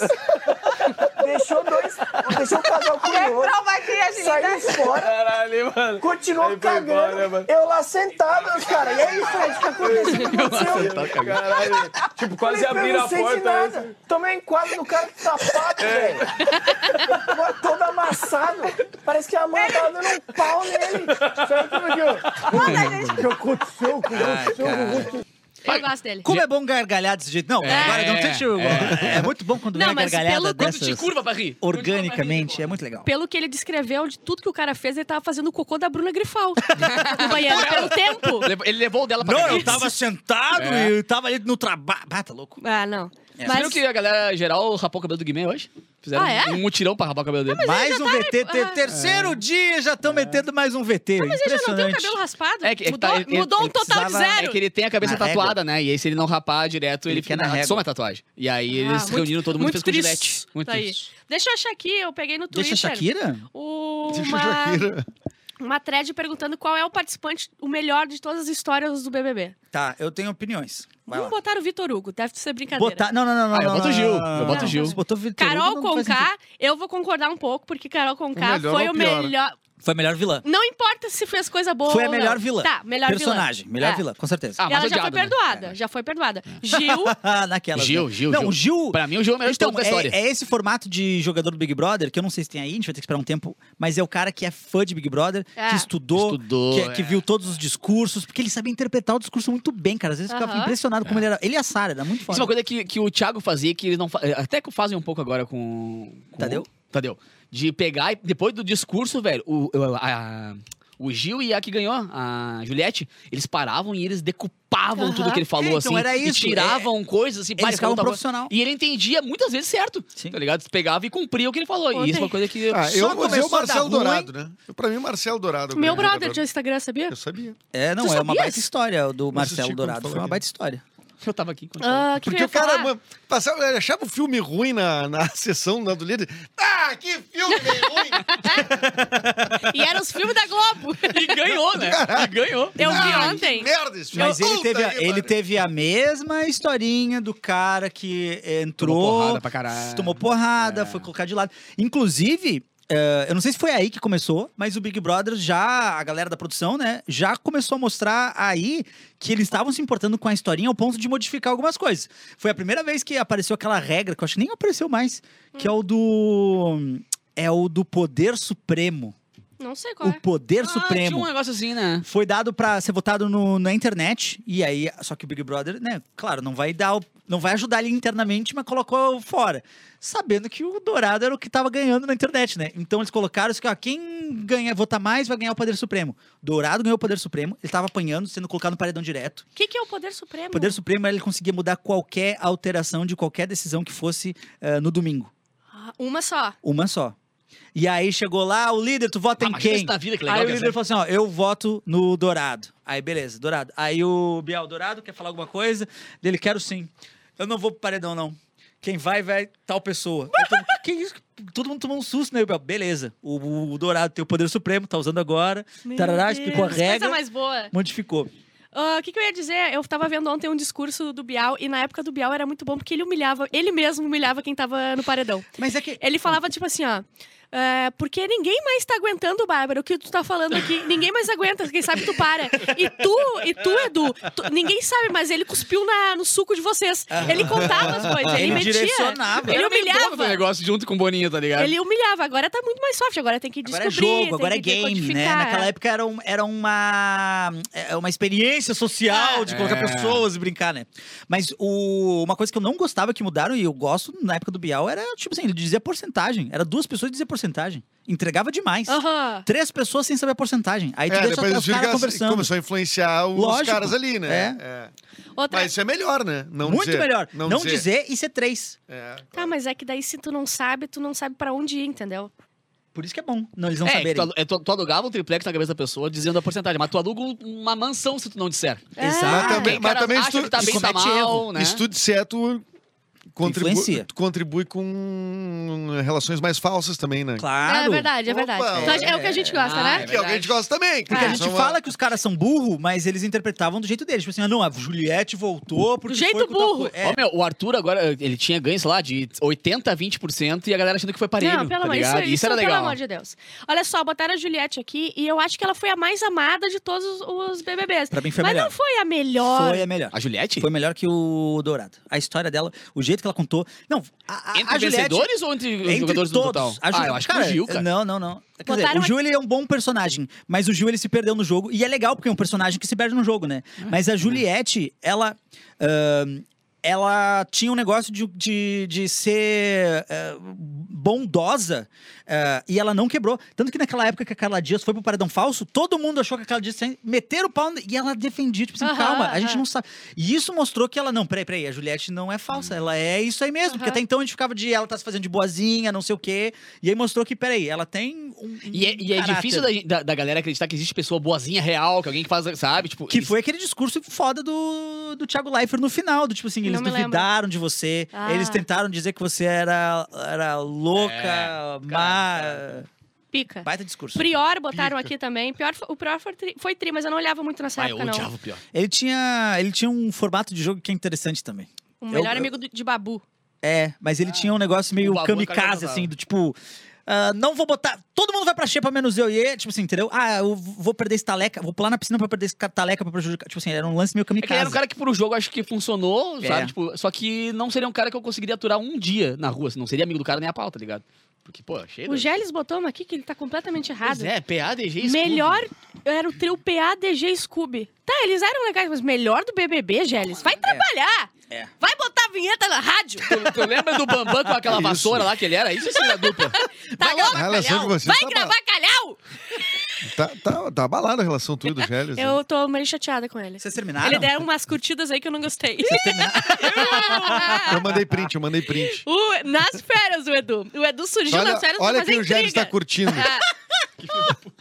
H: deixou dois, deixou o casal curioso,
F: Não vai criar agilidade.
H: saiu fora,
I: Caralho, mano.
H: continuou
I: Aí foi
H: cagando,
I: embora, né, mano?
H: eu lá sentado, os caras, e é aí, Fred, o que aconteceu? O que aconteceu?
I: Caralho. Tipo, quase
H: Falei pra ele,
I: abriram a
H: não sei de
I: porta. né?"
H: nada. Tomei um enquadro no cara com sapato,
I: É.
H: velho. Agora Todo amassado. Parece que a mãe tava dando um pau nele. Sabe tudo aqui, ó. O que aconteceu? O que aconteceu?
B: Eu gosto dele.
D: Como é bom gargalhar desse jeito? Não, agora não sente o... É. muito bom quando dá
B: Não,
D: uma
B: mas
D: gargalhada
B: pelo- quando
D: dessas
C: Te curva pra rir.
D: organicamente, é muito legal.
B: Pelo que ele descreveu de tudo que o cara fez, ele tava fazendo o cocô da Bruna Grifal. no banheiro, pelo tempo.
C: Levo- Ele levou o dela pra
D: Não,
C: cagar.
D: eu tava sentado
C: É.
D: e eu tava ali no trabalho. Ah, tá louco.
B: Ah, não.
C: Você viu que a galera geral rapou o cabelo do Guimê hoje? Fizeram
B: Ah, é? Ah,
C: um mutirão pra rapar o cabelo dele.
D: mais um
B: tá
D: VT. ter- terceiro dia já estão metendo mais um VT.
B: Mas ele já não tem o cabelo raspado?
C: É que- é que
B: mudou
C: tá- ele-
B: mudou
D: ele
B: um total de
D: precisava-
B: zero.
C: É que ele tem a cabeça
D: Na régua.
C: tatuada, né? E aí, se ele não rapar direto, ele,
D: quer
C: fica
D: na
C: na
D: régua.
C: soma a tatuagem. E aí,
B: Ah,
C: eles
B: muito-
C: reuniram todo mundo e
B: muito
C: fez com
B: triste.
C: gilete. Muito
B: Tá aí.
C: triste.
B: Deixa eu achar aqui, eu peguei no Twitter.
D: Deixa a Shakira?
B: o-
E: Deixa a
B: uma,
E: Tipo Shakira.
B: uma thread perguntando qual é o participante, o melhor de todas as histórias do BBB.
D: Tá, eu tenho opiniões. Vai
B: Vamos
D: lá.
B: botar o Vitor Hugo, deve ser brincadeira.
D: Botar. Não, não, não, não.
C: Ah, eu
D: não,
C: boto
D: não,
C: o Gil,
D: não, não,
C: eu boto o
D: não.
C: Gil.
D: Se botou o Vitor Hugo,
B: Carol
D: não faz sentido.
B: Conká, eu vou concordar um pouco, porque Carol Conká
E: melhor
B: foi
E: ou
B: o
E: o pior?
B: melhor.
D: Foi a melhor vilã.
B: Não importa se fez coisa boa
D: Foi a
B: ou não.
D: melhor vilã.
B: Tá, melhor
D: Personagem,
B: vilã.
D: melhor
B: É.
D: vilã, com certeza.
C: Ah,
B: E ela
C: mas
B: já foi
C: odiado, né? É.
B: perdoada, já foi perdoada. Gil,
D: Naquela.
C: Gil, Gil,
D: né? Não,
C: Gil.
D: o Gil.
C: Pra mim, o Gil é o melhor de
D: Então,
C: toda a
D: é,
C: história.
D: é esse formato de jogador do Big Brother, que eu não sei se tem aí, a gente vai ter que esperar um tempo, mas é o cara que é fã de Big Brother,
B: É.
D: que estudou,
C: Estudou,
D: que, que
C: é.
D: viu todos os discursos, porque ele sabia interpretar o discurso muito bem, cara. Às vezes eu ficava
B: Aham.
D: impressionado como ele era. Ele e a Sarah, era
C: É.
D: muito
C: Isso
D: foda.
C: é uma coisa que, que o Thiago fazia, que eles não fa- Até que fazem um pouco agora com. com
D: Tadeu?
C: Tadeu. De pegar e depois do discurso, velho, o, o- a- o Gil e a que ganhou, a Juliette, eles paravam e eles decupavam
B: Aham.
C: tudo que ele falou,
D: É, então
C: assim.
D: era
C: E
D: isso,
B: É.
C: tiravam coisas assim, pá,
D: Eles ficavam
C: falou tal coisa.
D: profissional.
C: E ele entendia muitas vezes certo.
D: Sim.
C: Tá ligado? Pegava e cumpria o que ele falou.
B: Ontem.
C: E isso é uma coisa que.
E: Ah,
D: Só
E: eu vou dizer o
D: começou a dar
E: Marcelo
D: ruim.
E: Dourado, né? Eu, Pra mim, o Marcelo Dourado. é o
B: meu
E: grande
B: brother de
E: jogador.
B: Instagram, sabia?
E: Eu sabia.
D: É, não,
B: Tu
D: é uma
B: sabias?
D: baita história o do Marcelo
E: assisti quando
D: Dourado.
E: falou
D: Foi uma
E: aqui.
D: baita história.
C: Eu tava aqui enquanto.
B: Ah, que que
E: Porque
B: eu
E: o
B: ia
E: cara é
B: falar?
E: mano, passava, ele achava o filme ruim na, na sessão lá do líder. Ah, que filme ruim!
B: E eram os filmes da Globo.
C: E ganhou, né? E ganhou. tá,
B: Eu vi
E: Ah,
B: ontem.
E: Que merda esse filme!
D: Mas ele
E: Puta
D: teve, a,
E: que
D: ele
E: pariu.
D: teve a mesma historinha do cara que entrou.
C: Tomou porrada pra caralho. É.
D: Tomou porrada, foi colocar de lado. Inclusive. eh, eu não sei se foi aí que começou, mas o Big Brother já, a galera da produção, né, já começou a mostrar aí que eles estavam se importando com a historinha ao ponto de modificar algumas coisas. Foi a primeira vez que apareceu aquela regra, que eu acho que nem apareceu mais, que é o do. É o do poder supremo.
B: Não sei qual
D: O
B: é.
D: poder
C: Ah,
D: supremo
C: Tinha um negócio assim, né?
D: foi dado pra ser votado no- na internet e aí só que o Big Brother, né, claro, não vai dar, o- não vai ajudar ele internamente, mas colocou fora, sabendo que o Dourado era o que tava ganhando na internet, né? Então eles colocaram isso que ó, quem ganha votar mais vai ganhar o poder supremo. Dourado ganhou o poder supremo, ele tava apanhando, sendo colocado no paredão direto.
B: O que, que é o Poder Supremo?
D: O poder supremo era ele conseguia mudar qualquer alteração de qualquer decisão que fosse eh, no domingo,
B: Ah, Uma só.
D: uma só. E aí chegou lá o líder, tu vota em
C: Imagina
D: quem?
C: isso tá na vida, que legal.
D: Aí o
C: que é ia ser.
D: líder falou assim: ó, eu voto no Dourado. Aí, beleza, Dourado. Aí o Biel Dourado quer falar alguma coisa. Dele, quero sim. Eu não vou pro paredão, não. Quem vai, vai tal pessoa. Aí todo mundo, que isso? Todo mundo tomou um susto, né? O Biel, beleza. O, o- o Dourado tem o poder supremo, tá usando agora.
B: Meu
D: Tarará,
B: Deus,
D: explicou a
B: Coisa
D: regra,
B: mais boa.
D: modificou.
B: Ah, O que, que eu ia dizer? Eu tava vendo ontem um discurso do Bial, e na época do Bial era muito bom, porque ele humilhava, ele mesmo humilhava quem tava no paredão.
D: Mas é que.
B: Ele falava tipo assim, ó. "É, porque ninguém mais tá aguentando, Bárbara, o que tu tá falando aqui. Ninguém mais aguenta, quem sabe tu para. E tu, e tu Edu, tu- ninguém sabe, mas ele cuspiu na, no suco de vocês. Ele contava as coisas, ele,
D: Ele
B: metia.
D: direcionava.
B: Ele
C: Era meio dono
D: né,
C: do
B: humilhava.
C: um negócio junto com o Boninho, tá ligado?
B: Ele humilhava. Agora tá muito mais soft, agora tem que
D: Agora
B: descobrir.
D: é jogo,
B: tem
D: agora é
B: que
D: game, né?
B: decodificar.
D: Naquela época era, um- era uma, é uma experiência social de colocar
C: É.
D: pessoas e brincar, né? Mas o- uma coisa que eu não gostava que mudaram, e eu gosto na época do Bial, era tipo assim, ele dizia porcentagem. Era duas pessoas e dizia porcentagem. Entregava demais.
B: Aham.
D: Três pessoas sem saber a porcentagem. Aí tu
E: É,
D: deixa
E: depois
D: os
E: os
D: caras
E: caras
D: conversando.
E: começou a influenciar os
D: Lógico.
E: caras ali, né?
D: É.
E: É.
B: Outra...
E: Mas isso é melhor, né? Não
D: Muito
E: dizer.
D: melhor. Não, dizer. e ser três.
E: É.
B: Tá, mas é que daí se tu não sabe, tu não sabe pra onde ir, entendeu?
D: Por isso que é bom. Não, eles não
C: É, que tu,
D: saberem.
C: alu- é, tu- tu alugava um triplex na cabeça da pessoa dizendo a porcentagem, mas tu aluga um- uma mansão se tu não disser.
B: É
E: Mas também-
C: Quem cara
E: também
C: acha
E: isso-
C: Ah, que tá
E: isso
C: bem, tá
D: comete
C: mal,
D: erro.
C: né?
E: Isso tudo certo contribui,
D: Influencia.
E: tu contribui com relações mais falsas também, né?
D: Claro.
B: É verdade, é
E: Opa,
B: verdade. Então, é, o que a gente gosta,
C: é.
B: né?
C: Ah,
E: Que alguém te gosta também. é
D: Porque
B: É.
D: a gente
E: São-
D: fala que os caras são burro, mas eles interpretavam do jeito deles. Tipo assim, ah, não, a Juliette voltou porque
B: Do jeito
D: foi com tal
B: burro.
D: coisa. É.
C: Ó, meu, o Arthur agora, ele tinha ganhos lá de 80% a 20% e a galera achando que foi parelho,
B: Não, pelo
C: tá
B: amor isso, é
C: ligado?
B: isso,
C: era
B: pelo
C: legal.
B: amor de Deus. Olha só, botaram a Juliette aqui e eu acho que ela foi a mais amada de todos os- os BBBs.
D: Pra mim foi a
B: Mas
D: melhor.
B: não foi a melhor.
D: Foi a melhor.
C: A Juliette?
D: Foi melhor que o Dourado. A história dela, o jeito que ela contou. Não, a, a,
C: Entre
D: a Juliette,
C: vencedores ou entre, os
D: entre
C: jogadores
D: todos,
C: do total?
D: a Ju-
C: Ah, eu acho
D: cara,
C: que o Gil, cara.
D: Não, não, não. Quer dizer,
B: Botaram
D: o Gil ele é um bom personagem, mas o Gil ele se perdeu no jogo. E é legal porque é um personagem que se perde no jogo, né?
C: É.
D: Mas a Juliette, ela. ahn, ela tinha um negócio de, de, de ser eh, bondosa eh, e ela não quebrou. Tanto que naquela época que a Carla Dias foi pro Paredão Falso, todo mundo achou que a Carla Dias ia meter o pau e ela defendia, tipo assim,
B: Aham,
D: calma, a gente
B: aham.
D: não sabe. E isso mostrou que ela, não, peraí, peraí, a Juliette não é falsa, ela é isso aí mesmo. Porque
B: Uhum. Aham.
D: até então a gente ficava de, ela tá se fazendo de boazinha, não sei o quê. E aí mostrou que, peraí, ela tem um
C: E é, e é
D: caráter.
C: difícil da, da- da galera acreditar que existe pessoa boazinha real, que alguém que faz, sabe? Tipo,
D: Que
C: eles-
D: foi aquele discurso foda do, do Thiago Leifert no final, do tipo assim,
B: Não
D: eles
B: me lembro.
D: duvidaram de você,
B: Ah.
D: eles tentaram dizer que você era, era louca,
C: É,
D: má.
B: Pica.
D: Baita discurso.
B: Prior botaram aqui também. Pior, fo- o Prior foi tri, foi tri, mas eu não olhava muito nessa
C: Ah, eu
B: época, não.
C: odiava o pior.
D: Ele tinha, ele tinha um formato de jogo que é interessante também.
B: O
D: Eu-
B: melhor
D: eu-
B: amigo do- de Babu.
D: É, mas
C: Ah,
D: ele tinha um negócio meio
C: O Babu é
D: kamikaze,
C: caracterizado.
D: assim, do tipo. ah, não vou botar. Todo mundo vai pra xepa menos eu. E ele, tipo assim, entendeu? Ah, eu vou perder esse taleca. Vou pular na piscina pra perder esse ca- taleca pra prejudicar. Tipo assim, era um lance meio
C: É que ele
D: kamikaze.
C: era um cara que pro jogo acho que funcionou,
D: É.
C: sabe? Tipo, só que não seria um cara que eu conseguiria aturar um dia na rua, assim, não seria amigo do cara nem a pau, tá ligado? Porque, pô, cheio
B: O Geles botou uma aqui que ele tá completamente errado.
C: Pois é, PADG Scooby.
B: Melhor era o trio PADG Scooby. Tá, eles eram legais, mas melhor do BBB, Geles. Vai trabalhar!
D: É.
B: Vai botar a vinheta na rádio!
C: Tu, tu lembra do Bambam com aquela
E: Isso.
C: vassoura lá que ele era? Isso sim era dupla.
B: Tá
E: A
B: louco,
E: relação de
B: Calhau?
E: vocês
B: Vai
E: tá
B: gravar calhau!
E: Tá, tá, tá abalada a relação tua e do Gélios. né?
B: Eu tô meio chateada com ele.
D: Vocês terminaram?
B: Ele deram umas curtidas aí que eu não gostei.
E: Eu mandei print, eu mandei print.
B: O- nas férias, o Edu. O Edu surgiu
E: Olha,
B: nas férias pra
E: olha
B: fazer
E: que o Gélios
B: intriga.
E: tá curtindo.
B: Ah,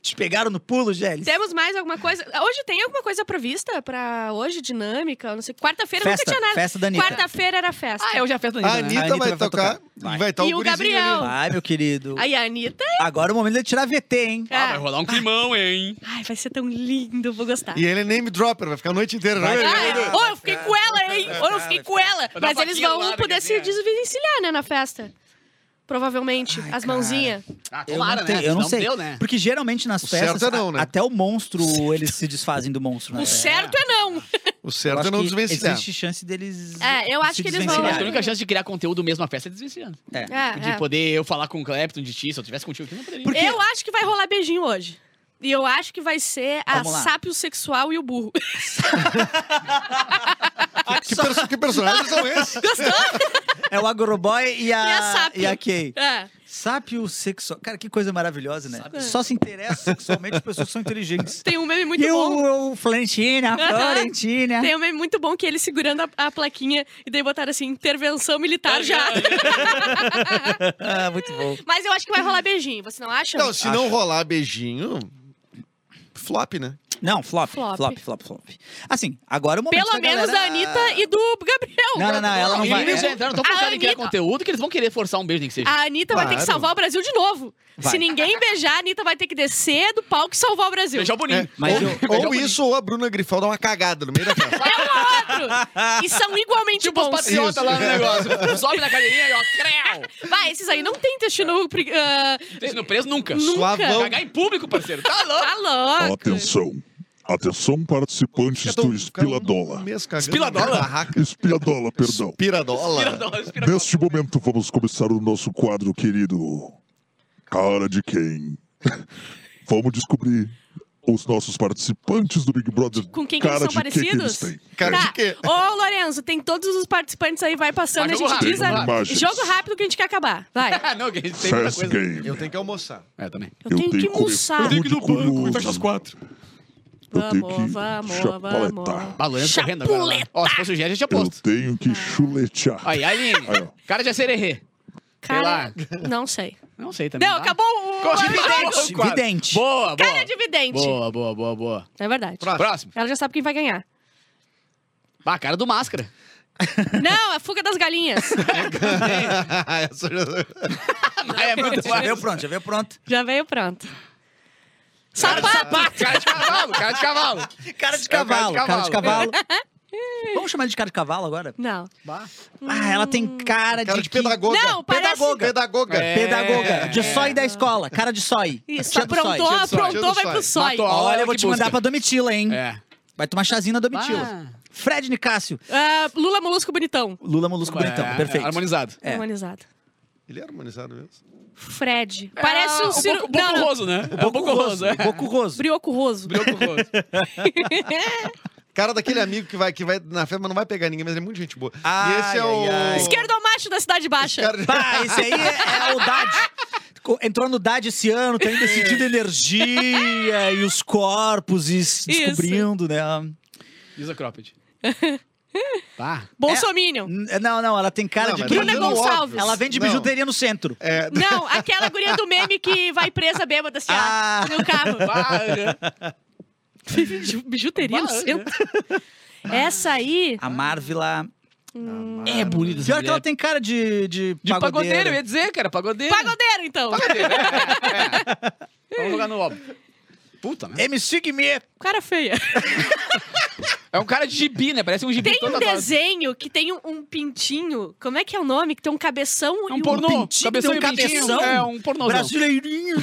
D: Te pegaram no pulo, Gélis?
B: temos mais alguma coisa? Hoje tem alguma coisa prevista pra hoje? Dinâmica? eu Não sei. Quarta-feira nunca
D: Festa,
B: tinha nada.
D: festa da Anitta.
B: Quarta-feira era festa.
C: Ah, eu já festa
E: A
C: Anitta, né?
D: A
E: Anitta
D: Anitta
E: vai
D: vai
E: tocar.
D: tocar. Vai.
E: Vai tá estar
B: E o Gabriel.
D: Vai, meu querido.
B: Aí a Anitta.
D: Agora é o momento de tirar VT, hein?
C: Ah, vai
B: ah,
C: rolar um climão, hein?
B: Ai, vai ser tão lindo, vou gostar.
E: E ele é name dropper, vai ficar a noite inteira.
D: Vai.
B: Ah, ou eu fiquei com ela, hein? Ou eu fiquei com
C: Vai
B: ela.
C: dar
B: Mas eles
C: faquinha
B: vão
C: lá, né,
B: poder se
C: Gabriela?
B: desvencilhar, né, na festa. Provavelmente.
D: Ai,
B: As
D: cara.
B: mãozinhas.
C: Ah,
D: Eu
C: tomara,
D: não, tenho-
C: né?
D: eu não
C: Senão
D: sei.
C: deu, né?
D: Porque geralmente nas
E: O
D: festas,
E: certo é não,
D: a-
E: né?
D: até o monstro eles se desfazem do monstro. Né?
B: O certo é não.
E: O
D: Eu
E: certo
D: acho
E: é não
D: que
E: desvencilhar.
D: Existe chance deles.
B: É, eu acho
D: se
B: que eles vão-
C: Eu acho que a
D: desvencilharem.
C: única chance de criar conteúdo mesmo na festa é desvencilhando.
D: É.
B: É,
C: De
B: é.
C: poder eu falar com o Clapton de ti, se eu tivesse contigo aqui, não poderia.
D: Porque-
B: Eu acho que vai rolar beijinho hoje. E eu acho que vai ser a
D: Vamos lá.
B: sápio sexual e o burro.
E: Que, perso- que personagens são esses?
D: É o Agroboy e a,
B: E a Sápio.
D: Ah, e a Kay.
B: É.
D: Sápio sexual. Cara, que coisa maravilhosa, né? Só se interessa sexualmente as pessoas que são inteligentes.
B: Tem um meme muito
D: E
B: bom.
D: o, o Florentina, a Florentina.
B: Tem um meme muito bom que ele segurando a, a plaquinha e daí botaram assim, intervenção militar já.
D: Ah, muito bom.
E: Então,
D: Então,
B: Mas eu acho que vai rolar beijinho, você não acha?
E: Não, se não rolar beijinho, flop, né?
D: Não, flop,
B: Flop.
D: flop, flop, flop. Assim, agora é o momento
B: Pelo
D: da
B: menos
D: galera...
B: da Anitta é e do Gabriel.
D: Não, não, não, ela não
C: Os
D: vai...
C: meninos já entraram tão
B: A
C: focados em criar
B: Anitta-
C: conteúdo que eles vão querer forçar um beijo, nem que seja.
B: A Anitta vai ter que
E: Claro.
B: salvar o Brasil de novo.
D: Vai.
B: Se ninguém beijar, a Anitta vai ter que descer do palco e salvar o Brasil.
C: Beijar o Boninho.
E: É.
D: Mas eu-
E: Ou isso, ou a Bruna Grifal dá uma cagada no meio da festa.
B: É um outro. E são igualmente
C: Tipo os
B: bons.
C: patriotas lá no negócio. Sobe na cadeirinha e ó, creu.
B: Vai, esses aí não tem intestino... pri- ah,
C: Tem sido preso nunca.
B: Nunca.
E: Suavão.
C: Cagar em público, parceiro. Tá louco.
B: tá louco.
A: Ah, Atenção. Atenção, participantes do Espiladola.
C: Espiladola?
E: Barraca.
A: Espiladola, perdão.
E: Piradola.
C: Não, respira.
A: Neste momento, vamos começar o nosso quadro, querido. Cara de quem? vamos descobrir os nossos participantes do Big Brother.
B: Com quem que
A: cara
B: eles são
A: de quem que eles
B: parecidos?
A: têm.
E: Cara de
B: Tá.
E: quê?
B: Ô, Lorenzo, tem todos os participantes aí, vai passando,
C: Vai,
B: a
C: jogo
B: gente
C: rápido,
B: diz
C: jogo
B: a...
A: rápido.
B: Jogo rápido que a gente quer acabar. Vai.
C: Ah, não, que a gente tem muita
A: Fast
C: coisa.
A: Game.
E: Eu tenho que almoçar.
C: É, também.
B: Eu, tenho, que almoçar.
A: tenho que ir no banco e fecha às
C: quatro.
A: Eu tenho
B: Vamos,
A: que
B: vamos,
A: chapaletar.
C: Balanço correndo agora. né? Ó, se fosse o Gé, já tinha
A: Eu
C: posto.
A: tenho que chuletear.
C: Aí, Aline.
A: Aí, ó.
C: Cara de acererê.
B: Cara,
C: Sei
B: não sei.
C: Não sei também.
B: Não,
C: tá?
B: acabou o...
D: Vidente,
C: Quase.
D: vidente.
C: Boa, boa.
B: Cara de vidente.
C: Boa, boa, boa, boa.
B: É verdade.
C: Próximo.
B: Ela já sabe quem vai ganhar.
C: Ah, cara do máscara.
B: Não, é fuga das galinhas.
E: Essa já-
C: Mas é muito
D: Já
C: mais.
D: veio pronto, já veio pronto.
B: Já veio pronto.
C: Cara de
B: Sapato!
C: sapato, Cara de cavalo, cara de cavalo.
D: Cara de
C: É o
D: cavalo, cara de cavalo. Vamos chamar ele de cara de cavalo agora?
B: Não.
D: Ah, ela
B: Hum.
D: tem cara,
E: Cara de
D: de
E: pedagoga.
B: Não, parece-
E: Pedagoga. Pedagoga.
C: É.
D: Pedagoga, de sói da escola, cara de sói.
B: Isso,
D: Tia do sói.
E: do
B: aprontou,
E: sói, tia
B: aprontou,
E: do
B: vai pro
E: sói.
B: sói.
C: Matou a-
D: Olha,
C: Olha
D: eu vou
C: que
D: te mandar
C: busca.
D: pra Domitila, hein?
C: É. Ah.
D: Vai tomar chazinho na Domitila. Fred Nicásio,
B: Ah, Lula Molusco Bonitão.
D: Lula um Molusco Bonitão,
C: É,
D: Então, perfeito.
C: Harmonizado.
D: É.
B: Harmonizado.
E: Ele é harmonizado mesmo?
B: Fred. Parece um
C: ciro...
B: ciro...
C: Boco, boco roso, né? É o boco roso, é.
D: Boco Roso.
B: Brioco Roso.
C: Boco roso.
E: Cara daquele amigo que vai, que vai na festa, mas não vai pegar ninguém, mas ele é muito gente boa.
D: Ai,
E: e esse é
D: ai,
E: o...
D: ai.
B: Esquerdomacho da Cidade Baixa.
E: Cara-
D: Pá, esse aí é, é o Dade. Co- Entrou no Dade esse ano, tá aí decidindo energia e os corpos e se
B: Isso.
D: descobrindo, né?
C: Isa Cropped. Pá.
B: Bolsominion.
D: N- Não, não, ela tem cara
E: Não,
D: de.
E: mas
B: Bruna
E: tá dando
B: Gonçalves.
E: óbvio.
D: Ela vende
E: Não.
D: bijuteria no centro.
E: É,
B: Não, aquela guria do meme que vai presa bêbada assim, ah.
D: Ah.
B: no carro.
C: Pá. né?
B: Biju- Bijuteria no
C: Bah,
B: centro. Essa aí...
D: A Marvila.
E: Hum.
C: É bonita essa
D: Pior que ela
C: mulher.
D: tem cara de. De,
C: De pagodeiro, é eu
D: pagodeira.
C: ia dizer, cara. Pagodeiro.
B: Pagodeiro, então.
C: Vamos jogar no óbvio. Puta, né?
D: MC Guimê.
B: Cara feia.
C: É um cara de gibi, né? Parece um gibi
B: Tem
C: todo
B: um
C: atado.
B: desenho que tem um, um pintinho. Como é que é o nome? Que tem um cabeção
C: É
B: e
C: um
B: um
C: pornô.
D: pintinho,
C: cabeção
D: tem um
C: e pintinho.
D: cabeção.
C: É um pornôzão.
D: Brasileirinho.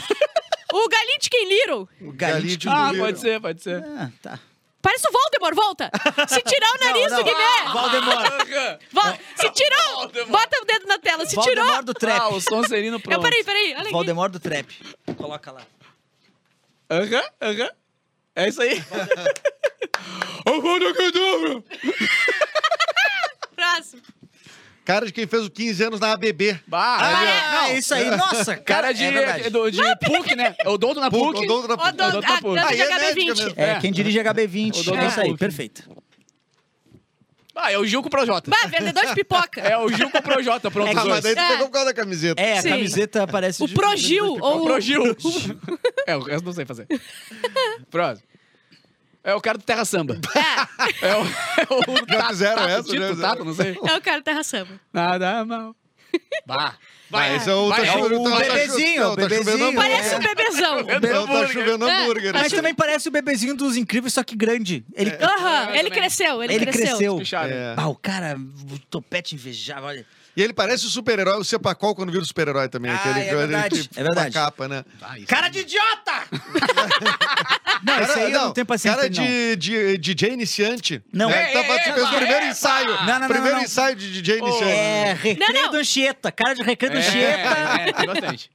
B: O Galintkin Little.
E: o
D: Galite.
E: Galite
C: Ah,
E: do
C: pode
E: Liro.
C: ser, pode ser.
D: Ah, tá.
B: Parece o Voldemort, volta! Se tirar o nariz
D: não.
B: do Guimê!
D: Valdemar.
B: Vol- Se tirou! Bota o dedo na tela, se tirou!
D: Valdemar do
C: Ah,
D: trap.
C: o Sonserino pronto.
B: Eu, É, peraí, peraí, olha aqui.
D: Valdemar do trap. Coloca lá.
C: Aham, aham. É isso aí. é
B: Próximo.
E: Cara de quem fez os 15 anos na ABB.
C: Bah, ali, ó.
D: Ah, é isso aí. Nossa,
C: Cara
D: cara
C: de,
D: É verdade.
C: do- de PUC, né? É o Doutor na
E: Pô,
C: PUC.
E: o dono da-
B: Ó,
C: Eu dou
B: do,
C: pra
B: a,
C: pôr.
B: dando
E: Aí
B: de
E: é
B: HB20.
E: médica mesmo.
D: É,
C: É.
D: quem dirige
C: O
D: HB20.
C: Dodô
D: É isso aí,
C: Puff.
D: perfeito.
C: Ah, é o Gil com o Projota.
B: Bah, vendedor de pipoca.
C: É o Gil com o Projota, pronto.
D: É
C: os
E: Ah, mas
C: dois.
E: daí tu
B: É.
E: pegou por causa da camiseta.
D: É, a
B: Sim.
D: camiseta parece.
B: O
D: de-
B: Progil,
C: É o
B: ou...
C: Progil. é, o resto não sei fazer. Próximo. É o cara do Terra Samba.
B: É,
C: É o, é o
E: Já
C: Tato,
E: fizeram
C: Tato,
E: essa, já
C: Tito,
E: fizeram.
C: Tato, não sei.
B: é o cara do Terra Samba.
C: Nada mal. Bah.
E: Ah, esse é o...
C: Vai,
E: tá
C: é
E: chovendo-
D: o
E: tá- tá
D: bebezinho,
E: chovendo-
D: o
E: tá chovendo
D: bebezinho.
E: hambúrguer.
B: Parece um bebezão.
E: Não, tá
C: Hambúrguer.
E: chovendo
B: É,
E: hambúrguer.
D: Mas também parece um o bebezinho dos incríveis, só que grande. Ele,
B: Aham,
C: É, eu
B: ele
C: também.
B: cresceu, ele,
D: ele cresceu.
C: Puxado.
E: É.
D: Ah, o cara, o topete invejável, olha.
E: E ele parece o super-herói, o Cepacol, quando vira o super-herói também.
D: Ah,
E: aquele
D: é
E: que- ele
D: verdade,
E: que-
D: é verdade.
E: uma capa, né?
D: Cara de idiota! não, esse aí eu não tenho paciência
E: cara
D: pra ele,
E: de, de, DJ iniciante.
D: Não.
E: né?
D: Ei,
E: Tá, faz-
C: ei,
E: fez
D: é.
C: ei,
E: o primeiro
C: ei,
E: ensaio.
D: Não, não, não,
E: primeiro
D: não, não.
E: ensaio de DJ
D: não.
E: iniciante.
D: É, recreio
B: Não, não.
D: do Anchieta, cara de recreio do Anchieta.
C: É, é, tem bastante.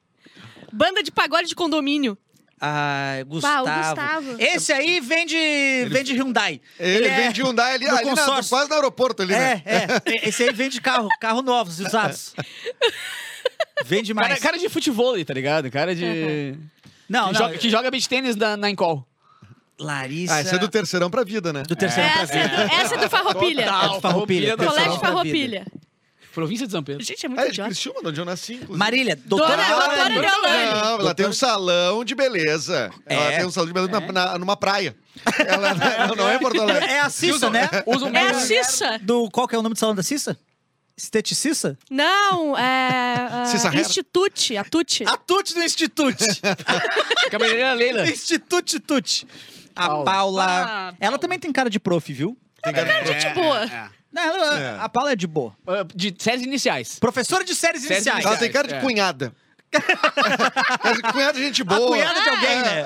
B: Banda de pagode de condomínio.
D: Ah, Gustavo.
B: Gustavo.
D: Esse aí vende, vende Hyundai.
E: Ele,
D: é-
E: vem de Hyundai ali,
D: do
E: ali na,
D: consórcio.
E: quase no aeroporto ali,
D: É,
E: né?
D: é. Esse aí vende carro, carro novos, usados. Vende mais.
C: Cara, cara de futebol, tá ligado? Cara de...
D: não,
C: que,
D: não.
C: joga, que joga beach tênis na, na Incol.
D: Larissa.
E: Ah, esse é do terceirão pra vida, né?
D: do terceiro pra
B: Essa é
D: frente.
B: do, essa é do Farroupilha.
D: Total. Farroupilha,
C: Farroupilha,
D: pessoal.
B: Colégio
D: Farroupilha.
B: Farroupilha.
C: Província de São Pedro.
B: Gente, é muito
E: Ah, é de
B: idiota.
E: Criciúma, de onde eu nasci, inclusive.
D: Marília, doutora
B: Dona-
D: Deolane.
B: Doutora Deolane.
E: Não, ela tem um salão de beleza. Ela
D: É.
E: tem um salão de beleza na- na- numa praia. Ela ela não é em Porto Alegre.
D: É a Cissa, né?
C: Usa o
B: É a
C: mesmo-
B: Cissa.
D: Do, qual que é o nome do salão da Cissa? Esteticissa?
B: Não, é... é,
E: Cissa Herrera.
B: Institute, a Tuti.
D: A Tute do Institute.
C: Cabeleireira Leila.
D: Institute Tute. A Paula.
C: Paula.
B: Ah,
D: Ela também tem cara de prof, viu?
E: Tem cara de-
B: Gente boa.
D: Não, ela-
E: É.
D: A Paula é de boa.
C: Ah, De séries iniciais.
D: Professora de séries
C: Séries
D: iniciais.
E: Ela tem cara de
C: É.
E: cunhada. Cara de cunhada, é gente boa. É.
D: A cunhada de alguém, né?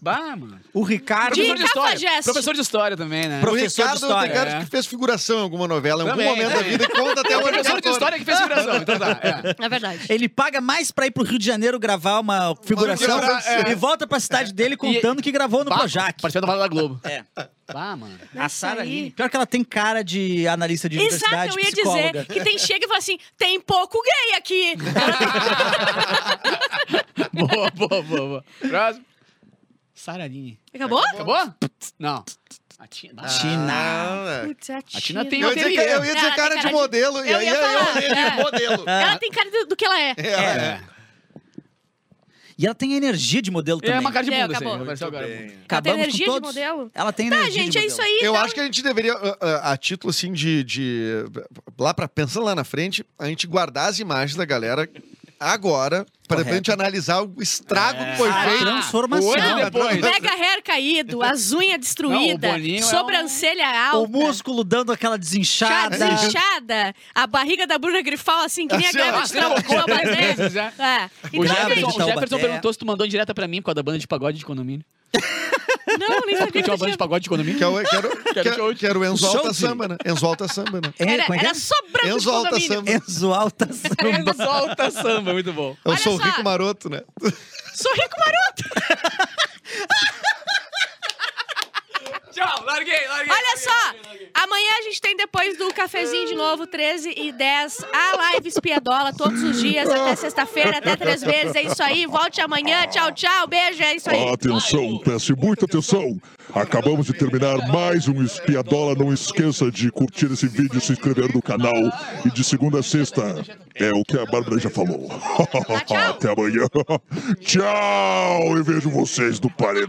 C: Bah, mano.
D: O Ricardo.
B: De-
C: Professor de história.
B: Cafajeste.
C: Professor de história também, né?
E: O
D: Pro- Professor de
E: Ricardo tem
D: história, né?
E: cara
C: é.
E: de que fez figuração em alguma novela, em algum
C: Também,
E: momento da
C: também.
E: vida, e conta até
C: É o
E: hoje.
C: professor de história que fez figuração. Então tá. é.
B: É verdade.
D: Ele paga mais pra ir pro Rio de Janeiro gravar uma figuração
E: figuração,
B: é.
D: e volta pra cidade dele contando que gravou no
C: Bah,
D: Projac.
C: Participando da Vale da Globo. É. Bah, mano.
D: A Sara
B: aí.
D: Aline. Pior que ela tem cara de analista de
B: Exato,
D: universidade,
B: eu ia
D: psicóloga.
B: dizer que tem chega e fala assim: tem pouco gay aqui.
C: boa, boa, boa, boa. Próximo. Saraline.
B: Acabou?
C: Acabou? Não. A Tina. Ah.
E: Tina.
B: Putz, a
C: A Tina tem
E: Eu ia dizer,
C: ateliê.
E: eu ia dizer
B: Ela tem
E: cara
B: cara
E: de
B: de-
E: modelo, e
B: eu
E: aí
B: ia
E: eu
B: falar.
E: dei de é modelo.
B: Ela tem cara do, do que ela é.
E: É.
D: E ela tem energia de modelo
C: É
D: também.
C: uma cara de
B: É,
C: bunda, assim.
B: acabou.
C: Apareceu agora.
B: Ela tem
D: Acabamos
B: energia
D: com
B: de
D: todos.
B: modelo.
D: Ela tem
B: Tá,
D: energia
B: gente,
D: de
B: é
D: modelo.
B: isso aí.
E: Eu
B: então.
E: acho que a gente deveria, a- a, a título assim de, de- lá para pensando lá na frente, a gente guardar as imagens da galera agora para depois a gente analisar o estrago que foi
D: A
E: feito.
D: transformação.
C: Olha depois.
B: Mega hair caído, as unhas
C: Não,
B: destruídas,
C: o Boninho é um-
B: sobrancelha
D: O
B: alta,
D: músculo dando aquela desinchada.
B: chada inchada, a barriga da Bruna Grifal assim, que nem a
E: Assim,
B: grava
E: ó,
B: de Trabucó, mas é.
C: já.
B: É.
C: O
B: Então,
D: Grávida
C: Jefferson,
D: de
C: o
D: Taubaté.
C: Jefferson perguntou se tu mandou em direta pra mim por causa da banda de pagode de condomínio.
B: não,
C: Porque
B: nem sabia
C: tinha uma
B: que
C: banda
B: tinha.
C: de pagode de condomínio.
E: Que é o, que era, o-
C: Quero
E: que,
C: show.
E: que era o Enzo
D: Show
E: Alta
D: de-
E: Samba, né? Enzo Alta Samba, né?
D: É,
B: Era,
D: como é que é?
B: era só branco de
E: Enzo Alta
B: condomínio.
E: Samba.
D: Enzo Alta Samba.
C: Solta samba, muito bom.
E: Eu
B: Olha
E: sou o
B: só.
E: rico um maroto, né?
B: Sou rico maroto.
C: Tchau, larguei, larguei.
B: Olha só, amanhã a gente tem depois do cafezinho de novo, 13 e 10, a live espiadola todos os dias, até sexta-feira, até três vezes. É isso aí, volte amanhã, tchau, tchau, beijo, é isso aí.
A: Atenção, preste muita atenção. Acabamos de terminar mais um Espiadola. Não esqueça de curtir esse vídeo, se inscrever no canal. E de segunda a sexta, é o que a Bárbara já falou. Até amanhã. Tchau e vejo vocês no paredão.